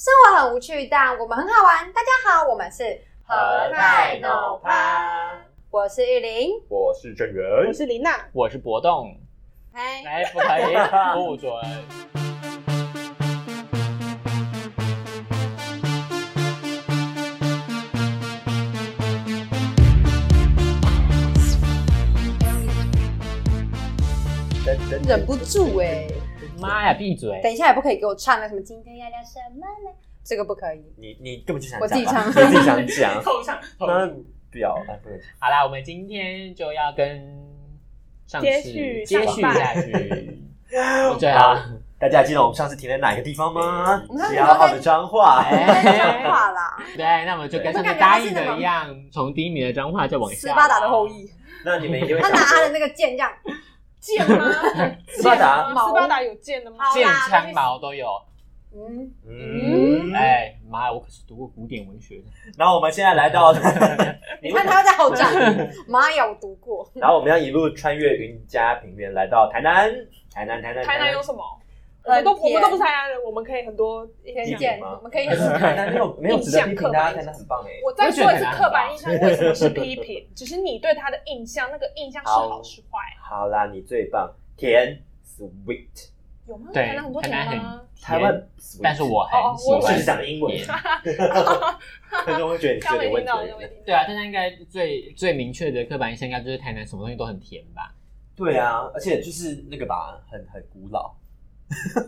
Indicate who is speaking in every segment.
Speaker 1: 都很无趣，但我们很好玩。大家好，我们是
Speaker 2: 和泰诺
Speaker 1: 趴，我是玉玲。
Speaker 2: 我是郑源，
Speaker 3: 我是林娜，
Speaker 4: 我是博栋，
Speaker 1: 嗨，
Speaker 4: 来不可以不准。
Speaker 2: 真真
Speaker 3: 忍不住哎、
Speaker 4: 妈呀，闭嘴！
Speaker 1: 欸等一下也不可以给我唱那什么今天要聊什么呢？这个不可 以。
Speaker 2: 你你根本就想
Speaker 1: 我自己
Speaker 2: 讲吧
Speaker 1: 唱
Speaker 2: 你自己想 讲，
Speaker 4: 扣上扣
Speaker 2: 那
Speaker 4: 上
Speaker 2: 不要哎，不能
Speaker 4: 好啦，我们今天就要跟上次
Speaker 3: 接续
Speaker 4: 接
Speaker 3: 上
Speaker 4: 续
Speaker 3: 半
Speaker 4: 下 去。对啊，
Speaker 2: 大家记得我们上次停在哪个地方吗？
Speaker 1: 我们上次
Speaker 2: 不要好的脏话，
Speaker 1: 在
Speaker 4: 哎
Speaker 1: 讲话啦，
Speaker 4: 对，那我们就跟上次答应的一样，从第一名的脏话再往下。
Speaker 1: 斯巴达的后裔，
Speaker 2: 那你们一定会
Speaker 1: 他
Speaker 2: 想
Speaker 1: 拿他的
Speaker 2: 说，
Speaker 1: 那个剑这样，
Speaker 3: 剑吗？
Speaker 2: 斯巴达
Speaker 3: 剑吗斯巴达有剑的吗？
Speaker 1: 好
Speaker 4: 剑
Speaker 1: 啦
Speaker 4: 枪矛都有。
Speaker 1: 嗯，
Speaker 2: 嗯，
Speaker 4: 哎妈呀，我可是读过古典文学的。
Speaker 2: 然后我们现在来到，
Speaker 1: 你看他又在好战， 妈呀，我读过，
Speaker 2: 然后我们要一路穿越云嘉平原来到台南，台南，台南，
Speaker 3: 台南有什么？我们都
Speaker 1: 很甜
Speaker 3: 我们都不是台南人，我们可以很多
Speaker 1: 天
Speaker 2: 地铁
Speaker 3: 印象。
Speaker 1: 剑，
Speaker 2: 吗
Speaker 1: 我们可以
Speaker 2: 可
Speaker 1: 很
Speaker 2: 是 台 南没有没有值得批评的啊，
Speaker 3: 印
Speaker 2: 台
Speaker 3: 象刻板印象
Speaker 2: 南很棒哎。
Speaker 3: 我再说一次刻板印象，为什么是批评？ 只是你对他的印象，那个印象是好是坏，
Speaker 2: 好啦，你最棒，甜，sweet，
Speaker 3: 有吗？
Speaker 4: 对
Speaker 3: 台南很多
Speaker 4: 台南
Speaker 3: 甜
Speaker 4: 很
Speaker 3: 吗？
Speaker 2: 台湾 sweet，
Speaker 4: 但是我很喜
Speaker 3: 哦我
Speaker 2: 我
Speaker 4: 欢
Speaker 2: 是讲英文， 观众会觉得你是
Speaker 3: 刚
Speaker 2: 有
Speaker 3: 没
Speaker 2: 点问题的
Speaker 3: 听到，刚没
Speaker 2: 人。
Speaker 3: 听
Speaker 4: 对啊，大家应该最最明确的刻板印象，应该就是台南什么东西都很甜 吧？
Speaker 2: 对啊，而且就是那个吧，很很古 老。
Speaker 3: 到。
Speaker 2: 哦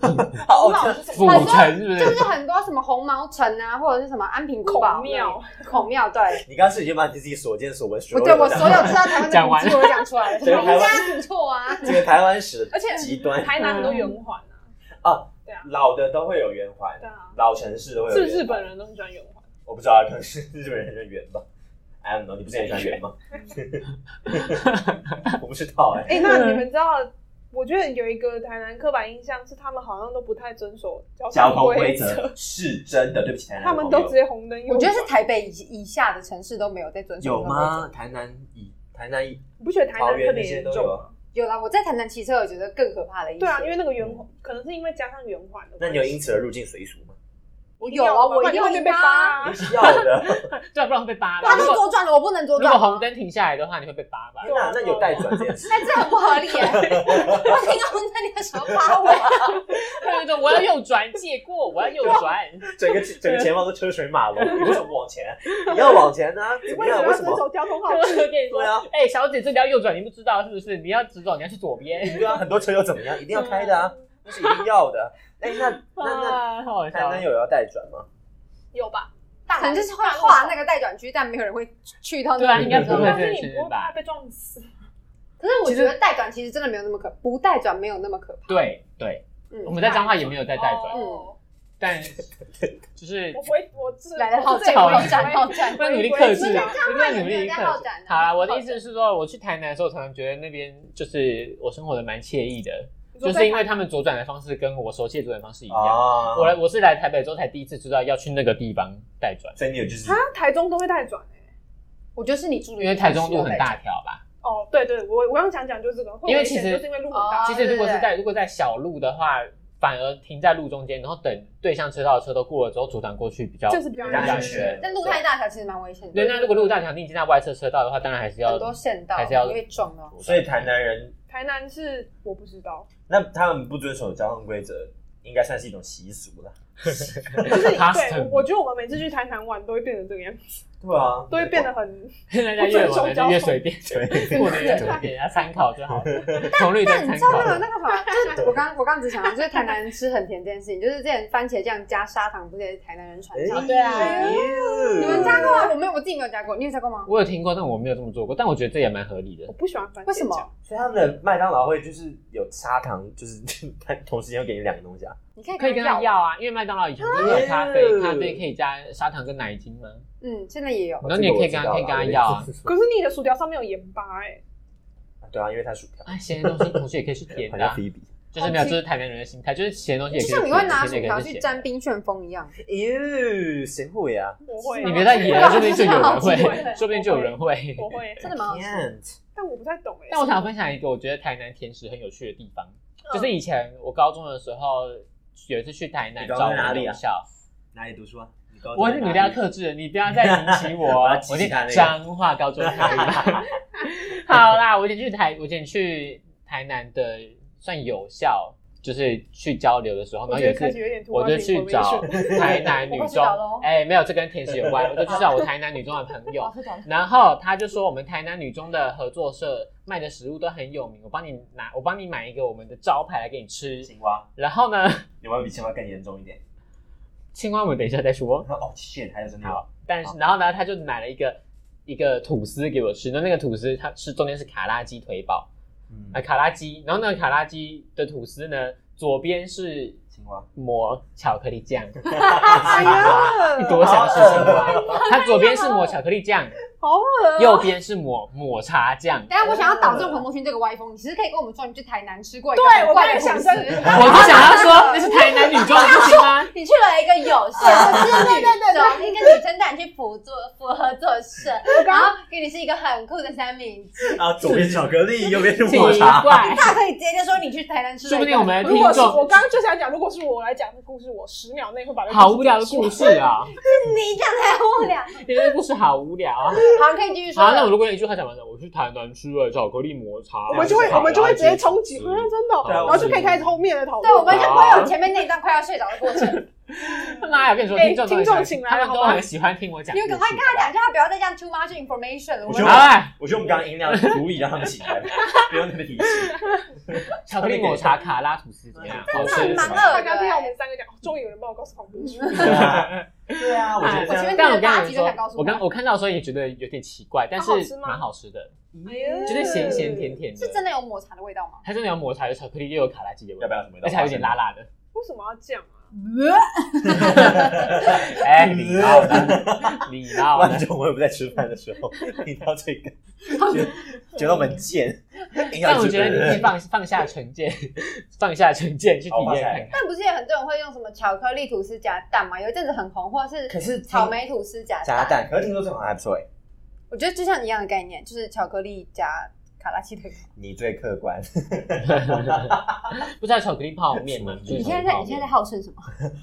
Speaker 3: 古老是什
Speaker 4: 府
Speaker 3: 么？
Speaker 4: 城是不是？
Speaker 1: 就是很多什么红毛城啊，或者是什么安平古 堡
Speaker 3: 孔庙、
Speaker 1: 孔庙，对，
Speaker 2: 你刚刚是已经把你自己所见所闻
Speaker 1: 我
Speaker 2: 所有
Speaker 1: 对我
Speaker 2: 的
Speaker 1: 所有知道台湾的
Speaker 4: 讲完
Speaker 1: 古迹，我都讲出来了，
Speaker 2: 对
Speaker 1: 什么
Speaker 2: 台
Speaker 1: 宜
Speaker 2: 湾
Speaker 1: 家古厝啊，
Speaker 2: 这个台湾史
Speaker 3: 而且
Speaker 2: 极端
Speaker 3: 台南很多圆环啊，
Speaker 2: 啊，
Speaker 3: 对啊，
Speaker 2: 老的都会有圆环
Speaker 3: 对，啊，
Speaker 2: 老城市都会有
Speaker 3: 是
Speaker 2: 圆环。
Speaker 3: 不是日本人都很喜欢圆环。
Speaker 2: 我不知道啊，可能是日本人的圆吧。I don't know，你不是也喜欢圆 吗？我不知道哎、
Speaker 3: 哎、那你们知道？我觉得有一个台南刻板印象是，他们好像都不太遵守
Speaker 2: 交
Speaker 3: 交
Speaker 2: 通
Speaker 3: 通
Speaker 2: 规
Speaker 3: 则
Speaker 2: 则，是真的，对不起，台南的
Speaker 3: 他们
Speaker 2: 朋
Speaker 3: 都
Speaker 2: 友
Speaker 3: 直接红灯右转。
Speaker 1: 我觉得是台北以以下的城市都没有在遵守。
Speaker 2: 有吗？？台南以台南以
Speaker 3: 你不觉得台南特别严
Speaker 2: 桃园那些都
Speaker 3: 重
Speaker 2: 有
Speaker 3: 吗
Speaker 2: 啊？
Speaker 1: 有啦，我在台南骑车，我觉得更可怕的一些。
Speaker 3: 对啊，因为那个圆环，可能是因为加上圆环的关系。
Speaker 2: 那你有因此而入境随俗吗？
Speaker 1: 我有啊，我一定
Speaker 3: 会
Speaker 1: 会
Speaker 3: 被
Speaker 1: 扒。
Speaker 3: 扒啊。
Speaker 2: 要的。
Speaker 4: 对啊，不然会被扒吧？
Speaker 1: 他
Speaker 4: 如
Speaker 1: 都
Speaker 4: 果
Speaker 1: 左转了，我不能左
Speaker 4: 如果
Speaker 1: 转
Speaker 4: 红
Speaker 1: 吗。
Speaker 4: 灯停下来的话，你会被扒吧？
Speaker 2: 天哪，那有带转这 件事，
Speaker 1: 哎，这很不合理 耶！我听到红灯，你为什么扒 我？
Speaker 4: 对对对，我要右转，借过，我要右 转。
Speaker 2: 整个整个前方都车水马龙，你为什么不往前？你要往前呢、啊怎么
Speaker 3: 为什
Speaker 2: 样？
Speaker 3: 么
Speaker 2: 为
Speaker 3: 要
Speaker 2: 什
Speaker 3: 遵
Speaker 2: 么？
Speaker 3: 守交通号
Speaker 4: 我
Speaker 3: 志？
Speaker 4: 就跟你说
Speaker 2: 对啊，
Speaker 4: 哎，小姐，这里要右转，你不知道是不是？你要直走，你要去左边。
Speaker 2: 对啊，很多车又怎么样？一定要开的啊，那是一定要的。哎、那那
Speaker 4: 啊，好好
Speaker 2: 那台
Speaker 4: 笑
Speaker 2: 南。有要带转吗？
Speaker 3: 有吧？
Speaker 1: 可能就是会画那个待转区，但没有人会去到那个。
Speaker 4: 对啊应该不会
Speaker 3: 但是你不会怕被撞死。
Speaker 1: 可是我觉得待转其实真的没有那么可，不待转没有那么可怕。
Speaker 4: 对对，
Speaker 1: 嗯
Speaker 4: 我们在彰化也没有在带转，
Speaker 3: 哦
Speaker 4: 但就是
Speaker 3: 嗯我不会，我是
Speaker 1: 来了，好战，啊
Speaker 4: 好
Speaker 1: 好战，好战！
Speaker 4: 要努力克制，
Speaker 1: 我们
Speaker 4: 我们要努
Speaker 1: 在彰化也没有
Speaker 4: 力克
Speaker 1: 在好
Speaker 4: 制
Speaker 1: 展。啊
Speaker 4: 好啦，我的意思是说，我去台南的时候，常常觉得那边就是我生活的蛮惬意的，就是因为他们左转的方式跟我熟悉的左转方式一样。
Speaker 2: 啊
Speaker 4: 我来，我是来台北之后才第一次知道要去那个地方带转，
Speaker 2: 所以你有就是
Speaker 3: 啊，台中都会带转欸
Speaker 1: 我觉得是你住的，
Speaker 4: 因为台中路很大，条吧。
Speaker 3: 哦，对对，我我刚想讲就是这个，会
Speaker 4: 因为
Speaker 3: 危险
Speaker 4: 其实
Speaker 3: 就是因为路很
Speaker 1: 哦
Speaker 3: 大
Speaker 4: 其，实如果是在如果在小路的话，反而停在路中间，然后等对向车道的车都过了之后左转过去比较。
Speaker 3: 啊就是比较
Speaker 2: 比较安全
Speaker 1: 但路太大条其实蛮危险的。
Speaker 4: 对，那如果路大条，你已经在外侧车道的话，当然还是要
Speaker 1: 很多县道
Speaker 4: 还是要
Speaker 1: 因为撞到。
Speaker 2: 所以台南人
Speaker 3: 台南是我不知道，
Speaker 2: 那他们不遵守交通规则，应该算是一种习俗了。
Speaker 3: 就是对
Speaker 4: Custom
Speaker 3: 我，我觉得我们每次去台南玩都会变成这个样子，
Speaker 2: 对啊，
Speaker 3: 都会变得很
Speaker 4: 大家越往南越随便， 对，过年越随便，给人家参考就好了。 红绿
Speaker 1: 但
Speaker 4: 灯
Speaker 1: 你
Speaker 4: 参
Speaker 1: 知道
Speaker 4: 考
Speaker 1: 那。个那个什么，就是我刚我刚只想到，就是台南人吃很甜这件事情，就是之前番茄酱加砂糖，不是也是台南人传
Speaker 2: 哎
Speaker 1: 唱？
Speaker 4: 对啊
Speaker 1: 你们加过吗？我没有，我自己没有加过，你有加过吗？
Speaker 4: 我有听过，但我没有这么做过，但我觉得这也蛮合理的
Speaker 3: 我。不喜欢番茄酱
Speaker 1: 为什么？？
Speaker 2: 所以他们的麦当劳会就是有砂糖，就是他同时间会给你两个东西啊。
Speaker 1: 你可以
Speaker 4: 可以跟他
Speaker 1: 他
Speaker 4: 要啊，因为麦当劳以前不是有咖啡，
Speaker 2: 嗯
Speaker 4: 咖啡可以加砂糖跟奶精吗？
Speaker 1: 嗯，现在也有。
Speaker 2: 哦
Speaker 4: 然后你也可以跟他可以跟他要啊。
Speaker 3: 可是你的薯条上面有盐巴哎，
Speaker 2: 对啊，因为它薯条，
Speaker 4: 啊，咸的东西同时也可以是甜
Speaker 2: 好
Speaker 4: 的
Speaker 2: 像
Speaker 4: 啊，
Speaker 2: 菲比。
Speaker 4: 就是没有，就是台南人的心态，就是咸的东西也
Speaker 1: 就
Speaker 4: 可以是
Speaker 1: 像
Speaker 4: 甜
Speaker 1: 你会
Speaker 4: 的。
Speaker 1: 拿薯
Speaker 4: 甜的也
Speaker 1: 条
Speaker 4: 可以是
Speaker 1: 去
Speaker 4: 咸的
Speaker 1: 沾冰旋风一样，
Speaker 2: 咦，谁会啊
Speaker 3: 我会，
Speaker 4: 你别再演了，说不定就有 人会
Speaker 1: 我会，
Speaker 4: 说不定就有人会。
Speaker 3: 我会，
Speaker 1: 真的蛮好吃。
Speaker 2: ？Can't，
Speaker 3: 但我不太懂哎。
Speaker 4: 但我 想分享一个我觉得台南甜食很有趣的
Speaker 1: 嗯
Speaker 4: 地方，就是以前我高中的时候有一次去台南
Speaker 2: 你高中
Speaker 4: 找
Speaker 2: 在哪
Speaker 4: 我
Speaker 2: 里
Speaker 4: 们
Speaker 2: 啊
Speaker 4: 校，
Speaker 2: 哪里读书啊？你高中
Speaker 4: 我
Speaker 2: 在
Speaker 4: 你
Speaker 2: 哪
Speaker 4: 不
Speaker 2: 里
Speaker 4: 要克制，你不要再引起我，
Speaker 2: 我要
Speaker 4: 我
Speaker 2: 记
Speaker 4: 已
Speaker 2: 起
Speaker 4: 经
Speaker 2: 他那个
Speaker 4: 脏话高中可以吗？ 好啦，我已经去台，我已经去台南的算有校，就是去交流的时候，然
Speaker 3: 我
Speaker 4: 后
Speaker 3: 觉
Speaker 4: 有
Speaker 3: 得
Speaker 4: 一
Speaker 3: 开
Speaker 4: 次
Speaker 3: 始有点突
Speaker 4: 我
Speaker 3: 然
Speaker 4: 就
Speaker 3: 变
Speaker 4: 去找台 南
Speaker 1: 我
Speaker 4: 女
Speaker 1: 快去
Speaker 4: 中
Speaker 1: 找咯，
Speaker 4: 哎、没有，这跟甜食有关，我就去找我台南女中的朋 友，然后他就说我们台南女中的合作社卖的食物都很有名，我帮你拿，我帮你买一个我们的招牌来给你吃。
Speaker 2: 青蛙，
Speaker 4: 然后呢，
Speaker 2: 有没有比青蛙更严重一点？
Speaker 4: 青蛙我们等一下再说。
Speaker 2: 哦，shit，还有真的有
Speaker 4: 好，但
Speaker 2: 哦
Speaker 4: 是然后呢，他就买了一个一个吐司给我吃，那那个吐司它是中间是卡拉鸡腿堡
Speaker 2: 嗯
Speaker 4: 啊、呃，卡拉鸡，然后那个卡拉鸡的吐司呢，左边是
Speaker 2: 青蛙，
Speaker 4: 抹巧克力 酱，
Speaker 3: 哎呀，
Speaker 4: 多想是什
Speaker 2: 哎
Speaker 4: 么？啊它左边是抹巧克力 酱，
Speaker 3: 好恶
Speaker 4: 右边是抹抹茶酱。
Speaker 1: 但是我想要导正黄柏勋这个歪风，你其实可以跟我们说你去台南吃过一个
Speaker 3: 对
Speaker 1: 很
Speaker 3: 我
Speaker 1: 怪
Speaker 3: 刚
Speaker 1: 的
Speaker 3: 才想
Speaker 1: 吐司
Speaker 3: 说，
Speaker 4: 我就想要说，那是台南女中不行吗？
Speaker 5: 你去了一个有社，哦对对对对，一个女生带你去辅助辅合作社，然后给你是一个很酷的三明治，
Speaker 2: 啊，左边是巧克力，右边是
Speaker 4: 奇
Speaker 2: 抹茶。
Speaker 4: 怪，
Speaker 5: 他可以直接说你去台南吃了
Speaker 4: 哎说
Speaker 5: 一个。
Speaker 4: 不定我们的
Speaker 3: 如
Speaker 4: 听
Speaker 3: 果是
Speaker 4: 众
Speaker 3: 我刚刚就想讲，如果是我来讲这故事，我十秒内会把这
Speaker 4: 好无聊的故事啊！
Speaker 5: 你讲太无聊，
Speaker 4: 你的故事好无聊啊！
Speaker 1: 好，可以继续说
Speaker 4: 好，那
Speaker 1: 了。
Speaker 4: 我如果有一句话讲完了，我去台南吃了巧啊克力抹茶，
Speaker 3: 我们就会
Speaker 2: 啊
Speaker 3: 我们就会直接冲击，
Speaker 4: 好
Speaker 3: 嗯，真的哦，
Speaker 2: 对啊
Speaker 3: 然后就可以开始后面的讨论。
Speaker 1: 对，我们就不会有前面那一段快要睡着的过程。
Speaker 4: 妈呀！我跟你说，
Speaker 3: 哎
Speaker 4: 听众都很
Speaker 3: 听众
Speaker 4: 喜欢
Speaker 3: 请来
Speaker 4: 他们
Speaker 3: 好
Speaker 4: 都
Speaker 3: 吧
Speaker 4: 很喜欢听我讲故
Speaker 1: 你
Speaker 4: 事。哎
Speaker 1: 们赶快跟他讲，叫他不要再这样 too much information 了。我
Speaker 2: 我觉
Speaker 1: 们
Speaker 2: 得
Speaker 4: 好吧。
Speaker 2: 我觉得我们刚刚音量足以让他们醒来，不用那么提示。
Speaker 4: 来，巧克力抹茶卡拉吐司怎 么样？好吃
Speaker 1: 真的哎蛮饿
Speaker 3: 大家听到我们三个讲，哦终于有人帮我告诉黄博士，
Speaker 1: 嗯
Speaker 2: 对啊，我觉得这
Speaker 1: 我前
Speaker 2: 样
Speaker 1: 面
Speaker 4: 但我
Speaker 1: 大
Speaker 4: 刚
Speaker 1: 家
Speaker 4: 刚
Speaker 1: 急着
Speaker 4: 说
Speaker 1: 想告，诉
Speaker 4: 我
Speaker 1: 我
Speaker 4: 刚我看到的时候也觉得有点奇怪，但
Speaker 3: 啊好吃
Speaker 4: 是
Speaker 3: 吗
Speaker 4: 蛮好吃的，
Speaker 3: 就
Speaker 4: 就是咸咸甜。甜的，
Speaker 1: 是真的有抹茶的味道吗？
Speaker 4: 它真的有抹茶、有巧克力，又有卡拉鸡的味
Speaker 2: 要不
Speaker 4: 道，
Speaker 2: 要什么？
Speaker 4: 而且还有点辣。辣的。
Speaker 3: 为什么要这样啊？
Speaker 4: 哎，你闹 的，你闹
Speaker 2: 观
Speaker 4: 的，
Speaker 2: 众会不会在吃饭的时候听到这个，觉得觉得我们贱？
Speaker 4: 但我觉得你可以放放下成见， 放下成见
Speaker 2: 哦
Speaker 4: 去体验看看。
Speaker 1: 但不是也很多人会用什么巧克力吐司夹蛋吗？有一阵子很红，或者
Speaker 2: 可
Speaker 1: 是
Speaker 2: 是
Speaker 1: 草莓吐司夹蛋。
Speaker 2: 加呃蛋，可是听说这好像还不错哎。
Speaker 1: 我觉得就像一样的概念，就是巧克力夹卡拉鸡腿。
Speaker 2: 你最客观，
Speaker 4: 不知道巧克力泡面吗？
Speaker 2: 对
Speaker 1: 你现在在你现在在好胜什么？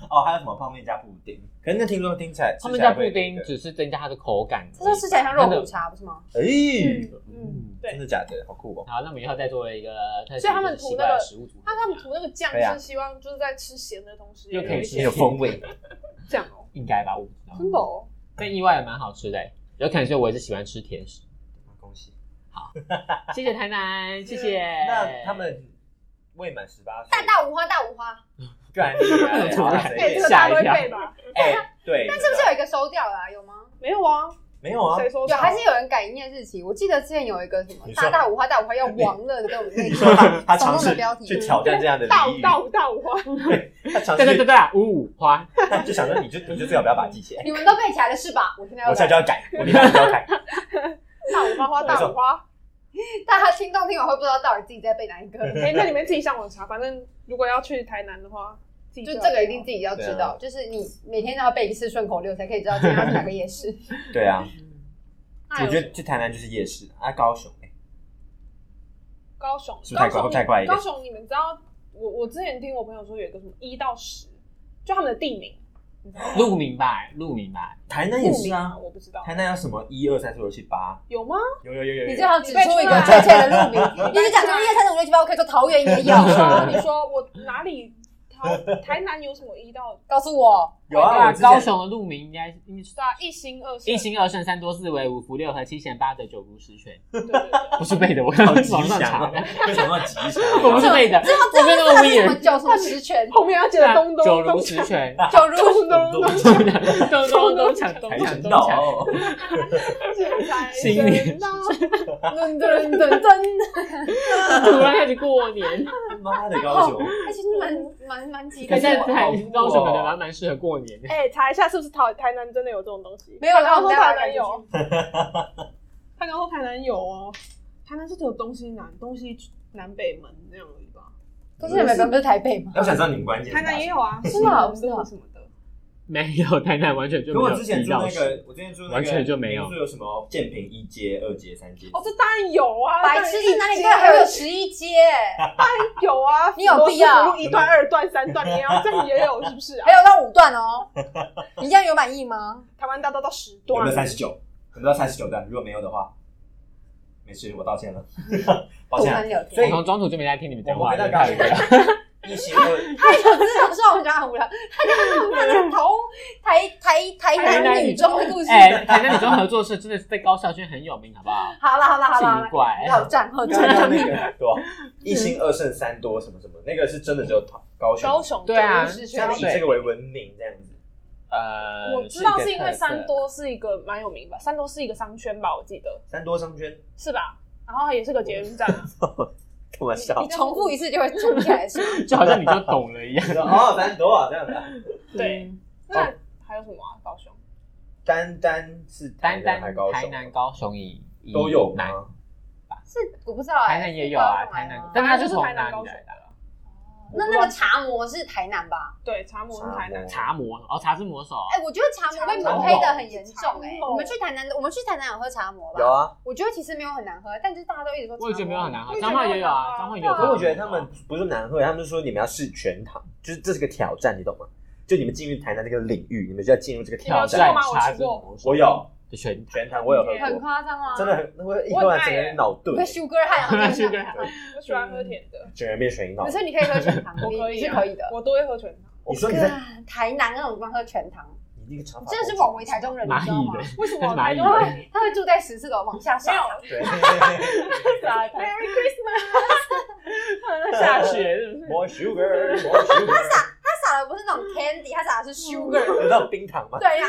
Speaker 2: 哦，还有什么泡面加布丁？可是那听说听起来
Speaker 4: 他们家布丁只是增加它的口感。
Speaker 1: 他说吃起来像肉骨茶，不是吗？
Speaker 2: 哎，
Speaker 3: 嗯对
Speaker 2: 真的假的？好酷哦！
Speaker 4: 好，那我们以后再做一个特
Speaker 3: 所以他们涂
Speaker 4: 奇
Speaker 3: 那
Speaker 4: 怪
Speaker 3: 个
Speaker 4: 的食物组合。
Speaker 3: 那他们涂那个酱
Speaker 2: 对啊
Speaker 3: 是希望就是在吃咸的同时
Speaker 4: 又可以
Speaker 3: 有一
Speaker 4: 吃
Speaker 2: 很
Speaker 3: 些
Speaker 2: 有风味，
Speaker 3: 酱哦，
Speaker 4: 应该吧，我不知道。
Speaker 3: 真的哦。
Speaker 4: 但意外也蛮好吃的欸，有可能是我也是喜欢吃甜食。
Speaker 2: 恭喜。
Speaker 4: 谢谢台南，谢谢。
Speaker 2: 那他们未满十八岁，
Speaker 1: 大大无花，大无花。
Speaker 2: 干你啊
Speaker 4: 突然
Speaker 2: 随
Speaker 3: 哎，
Speaker 2: 便
Speaker 3: 这个大家都
Speaker 4: 吓
Speaker 3: 会
Speaker 4: 一跳
Speaker 3: 背吧？
Speaker 2: 哎，对，
Speaker 1: 但是不是有一个收掉了啊？有吗？
Speaker 3: 没有啊，
Speaker 2: 没有啊？
Speaker 3: 谁说
Speaker 1: 有，
Speaker 3: 错
Speaker 1: 还是有人改念日期？我记得之前有一个什么
Speaker 2: 你说
Speaker 1: 大大五花大五花要亡了的，对我们那
Speaker 2: 你说他他
Speaker 1: 个
Speaker 2: 尝
Speaker 1: 耸动
Speaker 2: 试
Speaker 1: 的标题
Speaker 2: 去挑战这样的
Speaker 3: 大
Speaker 2: 俚
Speaker 3: 五
Speaker 2: 语，
Speaker 3: 大五大五花？
Speaker 2: 他尝
Speaker 4: 对对对
Speaker 2: 试去，
Speaker 4: 对啊，五五花，
Speaker 2: 他就想说你就你就最好不要把它记起来，
Speaker 1: 你们都背起来了是吧？我现在要
Speaker 2: 我现在就
Speaker 1: 来。
Speaker 2: 要改，我立马就要改。
Speaker 3: 大五花花大五花。
Speaker 1: 大家听众听完会不知道到底自己在背哪 一个，
Speaker 3: 哎，那你们自己上网查，反正如果要去台南的话，自己
Speaker 1: 就
Speaker 3: 知道
Speaker 1: 这个一定自己要知
Speaker 2: 啊
Speaker 1: 道，就是你每天都要背一次顺口溜，才可以知道今天要去哪个夜 市。
Speaker 2: 对啊，
Speaker 3: 那有
Speaker 2: 我觉得去台南就是夜市啊，高雄哎
Speaker 3: 高雄，
Speaker 2: 是不是太怪
Speaker 3: 高雄
Speaker 2: 太怪一点
Speaker 3: 高雄，你们知道我我之前听我朋友说有一个什么一到十，就他们的地名，
Speaker 4: 鹿鸣吧，鹿鸣吧，
Speaker 2: 台南
Speaker 3: 地
Speaker 2: 也
Speaker 3: 名
Speaker 2: 是啊，
Speaker 3: 我不知道
Speaker 2: 台南有什么一二三四五六七八？
Speaker 3: 有吗？
Speaker 2: 有有有有有，
Speaker 1: 你最好指出一个确切的路 名，
Speaker 3: 你
Speaker 1: 你就讲说一二三四五六七八，我可以说桃园也 有
Speaker 2: 啊
Speaker 3: 你，说啊你说我哪里台台南有什么一到
Speaker 1: 告诉我。
Speaker 2: 有
Speaker 4: 对啊
Speaker 2: 啊，我之前
Speaker 4: 高雄的鹿鸣应该应该是
Speaker 3: 对啊一心二圣
Speaker 4: 一心二圣三多四为五福六合七贤八德九如十 全，
Speaker 3: 对对对
Speaker 4: 不是背的，我刚
Speaker 2: 好
Speaker 4: 刚
Speaker 2: 吉
Speaker 4: 网上
Speaker 2: 祥
Speaker 4: 查
Speaker 2: 啊
Speaker 4: 的，，
Speaker 2: 为什么要吉啊祥？
Speaker 4: 我不是背的，我没有那么
Speaker 1: 是什么
Speaker 4: weird。
Speaker 1: 九什么十 全，
Speaker 3: 后面要接
Speaker 4: 对
Speaker 3: 着
Speaker 4: 啊
Speaker 3: 东东
Speaker 4: 九
Speaker 3: 东
Speaker 4: 如十
Speaker 3: 东
Speaker 4: 全，
Speaker 1: 九如
Speaker 3: 东东
Speaker 4: 咚
Speaker 3: 东
Speaker 4: 咚咚锵咚
Speaker 2: 跆
Speaker 4: 锵
Speaker 2: 拳
Speaker 4: 咚
Speaker 2: 道
Speaker 4: 锵，
Speaker 3: 财
Speaker 4: 新年
Speaker 3: 神到，
Speaker 1: 噔噔噔噔，
Speaker 4: 突然开始过年，
Speaker 2: 妈的高 雄，
Speaker 1: 哎其实蛮蛮蛮激
Speaker 4: 可
Speaker 1: 动
Speaker 4: 是
Speaker 1: 的。
Speaker 4: 台高雄可能蛮蛮适合过年的。
Speaker 3: 哎，查一下是不是台台南真的有这种东西？
Speaker 1: 没有，然
Speaker 3: 他
Speaker 1: 后我
Speaker 3: 说
Speaker 1: 们
Speaker 3: 台
Speaker 1: 再来
Speaker 3: 南有，他刚说台南有哦，台南是只有东西南、东西南北门那样而已吧？
Speaker 1: 可是你们不是台北吗？
Speaker 2: 我想知道你们关键。
Speaker 3: 台南也有啊，
Speaker 1: 是吗
Speaker 3: 什么什么什么的。
Speaker 4: 没有台南完全就
Speaker 2: 跟
Speaker 4: 没
Speaker 2: 我
Speaker 4: 有
Speaker 2: 之前
Speaker 4: 地
Speaker 2: 住
Speaker 4: 道
Speaker 2: 那
Speaker 4: 士。
Speaker 2: 个，我之前住那个
Speaker 4: 完全就没有
Speaker 2: 民宿有什么建平一街、二街、三街？
Speaker 3: 哦，这当然有啊，
Speaker 1: 白痴是哪里
Speaker 3: 当
Speaker 1: 看
Speaker 3: 然
Speaker 1: 还
Speaker 3: 有
Speaker 1: 有十一街，
Speaker 3: 有啊，
Speaker 1: 你有必要
Speaker 3: 罗斯福路一段、二段、三段，你要这里也有是 不是啊
Speaker 1: 还？有到五段哦。你这样有满意吗？
Speaker 3: 台湾大道到十
Speaker 2: 有
Speaker 3: 段
Speaker 2: 没有，三十九？有没有三十九段？如果没有的话，没事，我道歉了， 抱
Speaker 1: 不
Speaker 2: 歉
Speaker 1: 能
Speaker 2: 啊。
Speaker 1: 聊
Speaker 2: 所
Speaker 1: 天。
Speaker 2: 以
Speaker 4: 我从中途就没在听你们讲话
Speaker 2: 我
Speaker 4: 了，
Speaker 2: 们回到
Speaker 4: 太无聊了。
Speaker 2: 一心二
Speaker 1: 他有自从说我们讲很无聊，他就是从台台 台
Speaker 4: 台
Speaker 1: 南
Speaker 4: 南
Speaker 1: 女
Speaker 4: 女
Speaker 1: 中的故事。
Speaker 4: 哎，台南女中合作社真的是在高校圈很有名，好不好？
Speaker 1: 好了好了好了
Speaker 4: 奇，怪，
Speaker 1: 好战后
Speaker 2: 刚刚
Speaker 1: 战。
Speaker 2: 那个对吧？一心二胜三多什么什么，那个是真的只有高雄，
Speaker 6: 高雄
Speaker 4: 对啊
Speaker 6: 就是
Speaker 2: 他们以
Speaker 4: 对
Speaker 2: 这个为文明这样子。
Speaker 4: 呃，
Speaker 3: 我知道
Speaker 4: 一个
Speaker 3: 是因为
Speaker 4: 特色
Speaker 3: 三多是一个蛮有名吧，三多是一个商圈吧，我记得
Speaker 2: 三多商圈，
Speaker 3: 是吧？然后也是个捷运站，啊
Speaker 2: 开玩笑
Speaker 1: 你。重复一次就会重起来是吗？
Speaker 4: 就好像你就懂了一样。
Speaker 2: 哦，三多啊，这样子啊。
Speaker 3: 对。
Speaker 1: 嗯
Speaker 3: 那还有什么啊？高雄
Speaker 2: 单单是 台
Speaker 4: 单
Speaker 2: 南
Speaker 4: 单
Speaker 2: 还高
Speaker 4: 台
Speaker 2: 雄啊
Speaker 4: 南、高雄以以
Speaker 2: 都有
Speaker 4: 南，
Speaker 2: 吗？
Speaker 1: 是我不知道哎，
Speaker 4: 台南也有啊
Speaker 1: 是，高雄来
Speaker 4: 台
Speaker 1: 的
Speaker 4: 南
Speaker 1: 吗，
Speaker 4: 但它是
Speaker 3: 就是
Speaker 4: 从
Speaker 3: 台南
Speaker 4: 哪里
Speaker 3: 高
Speaker 4: 来
Speaker 3: 雄
Speaker 4: 的啊？
Speaker 1: 那那个茶魔是台南吧？
Speaker 3: 对，茶模是台南，
Speaker 4: 茶魔哦，茶之魔手，
Speaker 1: 哎，我觉得茶魔被抹黑的很严重哎。我们去台南，我们去台南有喝茶魔吧？
Speaker 2: 有啊，
Speaker 1: 我觉得其实没有很难喝，但就是大家都一直说。
Speaker 4: 我也觉得没有很难喝，
Speaker 3: 我也觉
Speaker 4: 彰
Speaker 3: 得
Speaker 4: 化也有啊，
Speaker 3: 没有
Speaker 4: 彰化
Speaker 3: 很难喝啊
Speaker 4: 也有茶啊
Speaker 2: 可
Speaker 4: 魔手。
Speaker 2: 是我觉得他们不是难喝，他们是说你们要试全糖，就是这是个挑战，你懂吗？就你们进入台南这个领域，你们就要进入这个挑
Speaker 3: 你们有吃
Speaker 2: 战
Speaker 3: 过。吗
Speaker 4: 茶之魔手
Speaker 2: 我有
Speaker 4: 就全糖
Speaker 2: 全糖，我有喝
Speaker 1: 很
Speaker 2: 过，
Speaker 1: 夸张啊！
Speaker 2: 真的很，我一喝完整个人脑欸
Speaker 1: 你
Speaker 2: 钝
Speaker 1: 会，sugar 汉吗？
Speaker 4: 是个人
Speaker 3: 我喜欢喝甜的，
Speaker 2: 整个人变水银脑
Speaker 1: 可。是你可以喝全糖，
Speaker 3: 我
Speaker 1: 你
Speaker 3: 可
Speaker 1: 你
Speaker 3: 以
Speaker 1: 是
Speaker 3: 啊
Speaker 1: 可以的。
Speaker 3: 我都会喝全糖。
Speaker 2: 你说你在
Speaker 1: 啊台南那种地方喝全糖，
Speaker 2: 你那个长发，
Speaker 1: 真的是枉为台中人，你
Speaker 4: 蚂
Speaker 1: 知道
Speaker 4: 蚁
Speaker 1: 吗？
Speaker 4: 人，
Speaker 3: 为什
Speaker 4: 他
Speaker 3: 么
Speaker 4: 是蚂蚁
Speaker 3: 我 台中
Speaker 4: 人，
Speaker 1: 他会住在十四楼往下上
Speaker 3: 没。有
Speaker 2: 对，
Speaker 3: Merry Christmas？下雪是不是？
Speaker 2: more sugar more sugar，
Speaker 1: 他撒的不是那种 candy，他撒的
Speaker 3: 嗯
Speaker 1: 是 sugar。
Speaker 2: 有那种冰糖吗？
Speaker 1: 对呀，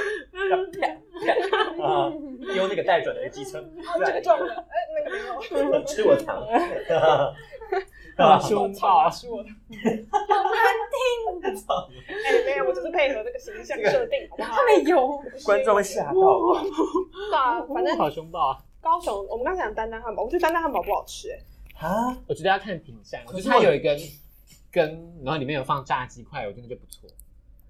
Speaker 2: 啊，丢那个带转的机车，
Speaker 3: 哦，这个中 了，哎，那个没有，
Speaker 2: 吃我糖。
Speaker 4: 很凶暴。
Speaker 3: 是我的，哎，没有，我只是配合这个形象设定，好不好？
Speaker 1: 没有。
Speaker 2: 观众会吓到。
Speaker 3: 啊，反正
Speaker 4: 好凶暴啊！
Speaker 3: 高雄，我们刚才讲丹丹汉堡，我觉得丹丹汉堡不好吃，哎，
Speaker 2: 啊，
Speaker 4: 我觉得要看品相，我
Speaker 2: 可
Speaker 4: 觉
Speaker 2: 是
Speaker 4: 得它
Speaker 2: 我
Speaker 4: 有一根根，然后里面有放炸鸡块，我觉得就不错。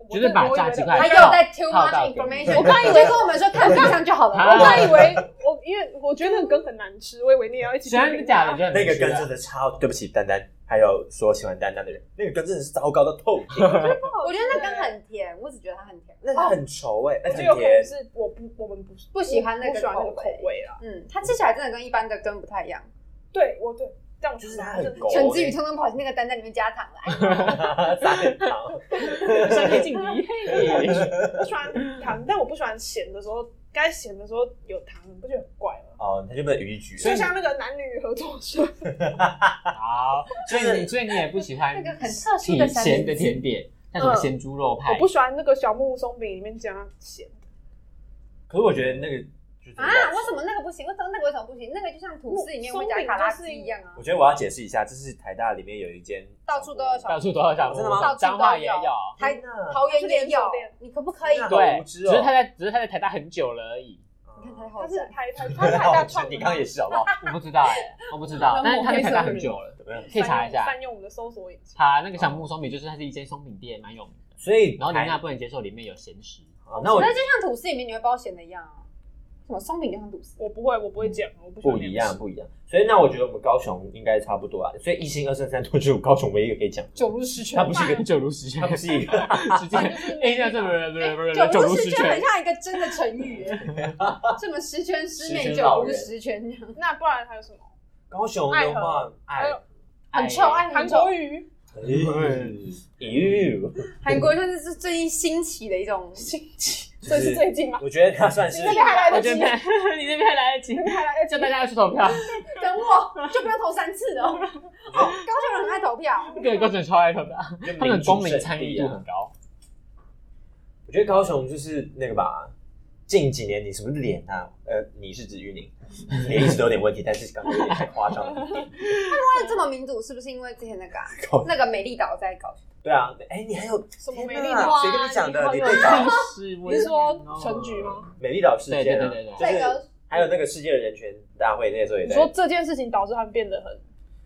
Speaker 3: 我
Speaker 4: 就是把炸鸡块
Speaker 1: 他又在 too much information。我刚以为跟我们说看冰箱就好
Speaker 3: 我
Speaker 1: 了。
Speaker 4: 啊
Speaker 3: 刚以为我，因为我觉得那个羹很难吃，我以为你也要一起 吃
Speaker 4: 真的假的？
Speaker 3: 饼
Speaker 4: 就很
Speaker 2: 那个
Speaker 4: 难
Speaker 2: 根
Speaker 4: 吃啊
Speaker 2: 真的超，对不起丹丹，还有说喜欢丹丹的人，那个根真的是糟糕到透顶，
Speaker 1: 我觉得那根很甜，我只觉得它很甜。
Speaker 2: 那个很稠哎，而
Speaker 3: 干我
Speaker 2: 且
Speaker 3: 就有
Speaker 2: 很
Speaker 3: 可能
Speaker 2: 甜。
Speaker 3: 是我不，我们不是
Speaker 1: 不喜欢那个
Speaker 3: 不喜欢那个
Speaker 1: 口
Speaker 3: 口
Speaker 1: 味
Speaker 3: 味啊啦。
Speaker 1: 嗯，它吃起来真的跟一般的根不太一样。
Speaker 3: 对，我对，这样
Speaker 2: 就是它很
Speaker 3: 哦
Speaker 2: 勾，
Speaker 1: 陈志宇通通跑去那个丹丹里面加糖哎来，
Speaker 2: 撒点糖，
Speaker 4: 身临境地。
Speaker 3: 我喜欢糖，但我不喜欢咸的时候，该咸的时候有糖，你不觉得很怪吗？
Speaker 2: 哦，它就变鱼局，
Speaker 3: 就像那个男女合作社，
Speaker 4: 好， 所以你所以你也不喜欢
Speaker 1: 那个很特殊的
Speaker 4: 甜
Speaker 1: 三
Speaker 4: 咸
Speaker 1: 明
Speaker 4: 的
Speaker 1: 治。
Speaker 4: 甜点，像什么
Speaker 3: 嗯
Speaker 4: 咸猪肉派
Speaker 3: 我不喜欢那个小木屋松饼里面加咸。
Speaker 2: 可是我觉得那个就是
Speaker 1: 啊，为什么那个不行？为什么那个为什么不行？那个就像吐司里面会加卡拉鸡一样啊
Speaker 2: 我。觉得我要解释一下，这是台大里面有一间
Speaker 1: 到处都有小
Speaker 4: 到处都有小
Speaker 2: 真的吗
Speaker 4: 木屋彰化也
Speaker 1: 到处都
Speaker 4: 有。
Speaker 1: 台
Speaker 2: 天哪
Speaker 1: 桃园也有，你可不可以？
Speaker 2: 那
Speaker 1: 你
Speaker 2: 好
Speaker 4: 对
Speaker 2: 无，知
Speaker 4: 只
Speaker 2: 哦
Speaker 4: 是他在，只是他在台大很久了而已。
Speaker 1: 看他好
Speaker 3: 它是
Speaker 1: 在，
Speaker 3: 台台，它是台大创的
Speaker 2: 你
Speaker 3: 吗
Speaker 2: 刚刚也哦是好不好？
Speaker 4: 我不知道哎，我不知 道，但是他在台大很久了，
Speaker 2: 么样
Speaker 4: 可以查一下。
Speaker 3: 善用我们的搜索引擎。
Speaker 4: 他那个小木屋松饼就是它是一间松饼店，蛮有名的。
Speaker 2: 所以
Speaker 4: 然后你
Speaker 2: 台
Speaker 4: 那不能接受里面有咸食，
Speaker 2: 哦那我
Speaker 1: 那就像吐司里面你会包咸的一样啊。什么松饼就像吐司，
Speaker 3: 我不会，我不会讲，我不喜欢
Speaker 2: 不
Speaker 3: 那
Speaker 2: 一
Speaker 3: 样
Speaker 2: 样
Speaker 3: 吃。
Speaker 2: 不一样，所以那我觉得我们高雄应该差不多啊，所以一心二胜三多就是我高雄唯一一个可以讲，
Speaker 1: 九如十全
Speaker 2: 它不是一个，
Speaker 4: 九如十全
Speaker 2: 它，不是 一个，
Speaker 4: 直接 哎，那这不是不是不是不是
Speaker 1: 九
Speaker 4: 九
Speaker 1: 如
Speaker 4: 如
Speaker 1: 十
Speaker 4: 十
Speaker 1: 全很
Speaker 4: 全，
Speaker 1: 像一个真的成语 耶，什么十全十美，
Speaker 2: 十全
Speaker 1: 九
Speaker 2: 老
Speaker 1: 如
Speaker 2: 人
Speaker 1: 十全这样，
Speaker 3: 那不然还有什么？
Speaker 2: 高雄的话，
Speaker 3: 还
Speaker 2: 哎
Speaker 3: 有，
Speaker 1: 很臭，爱
Speaker 3: 韩
Speaker 1: 很臭
Speaker 3: 国。语，
Speaker 4: 哎
Speaker 2: 咦，
Speaker 1: 韩国算是是最近兴起的一种，
Speaker 3: 所以是 最近吗？
Speaker 2: 我觉得他算是
Speaker 3: 这边还来
Speaker 4: 我
Speaker 3: 得
Speaker 4: 这
Speaker 3: 及，
Speaker 4: 边 你这边还来得及，
Speaker 3: 还来得及
Speaker 4: 叫大家要去投 票。
Speaker 1: 等我就不要投三次 了。哦，高雄人很爱投票，
Speaker 4: 对，高雄超爱投票，他们的公民参与度很
Speaker 2: 啊。
Speaker 4: 高。
Speaker 2: 我觉得高雄就是那个吧，近几年你什么脸啊？呃，你是指 玉宁，脸一直都有点问题，但是刚刚有点太夸张了。
Speaker 1: 那这么民主是不是因为之前那个啊
Speaker 2: 高
Speaker 1: 那个美丽岛在搞？
Speaker 2: 对啊，哎，你还有
Speaker 3: 什么
Speaker 2: 天
Speaker 3: 美
Speaker 2: 哪
Speaker 3: 丽岛？啊
Speaker 2: 谁跟你讲的？你对岛，
Speaker 4: 历
Speaker 3: 你是
Speaker 4: 哦
Speaker 3: 说陈菊？吗？
Speaker 2: 美丽岛事
Speaker 4: 对对
Speaker 2: 件
Speaker 4: 对
Speaker 2: 啊，
Speaker 4: 对对，
Speaker 1: 在
Speaker 2: 就
Speaker 1: 高
Speaker 2: 是还有那个世界人权大会那时候也
Speaker 3: 你
Speaker 2: 在，
Speaker 3: 说这件事情导致他们变得很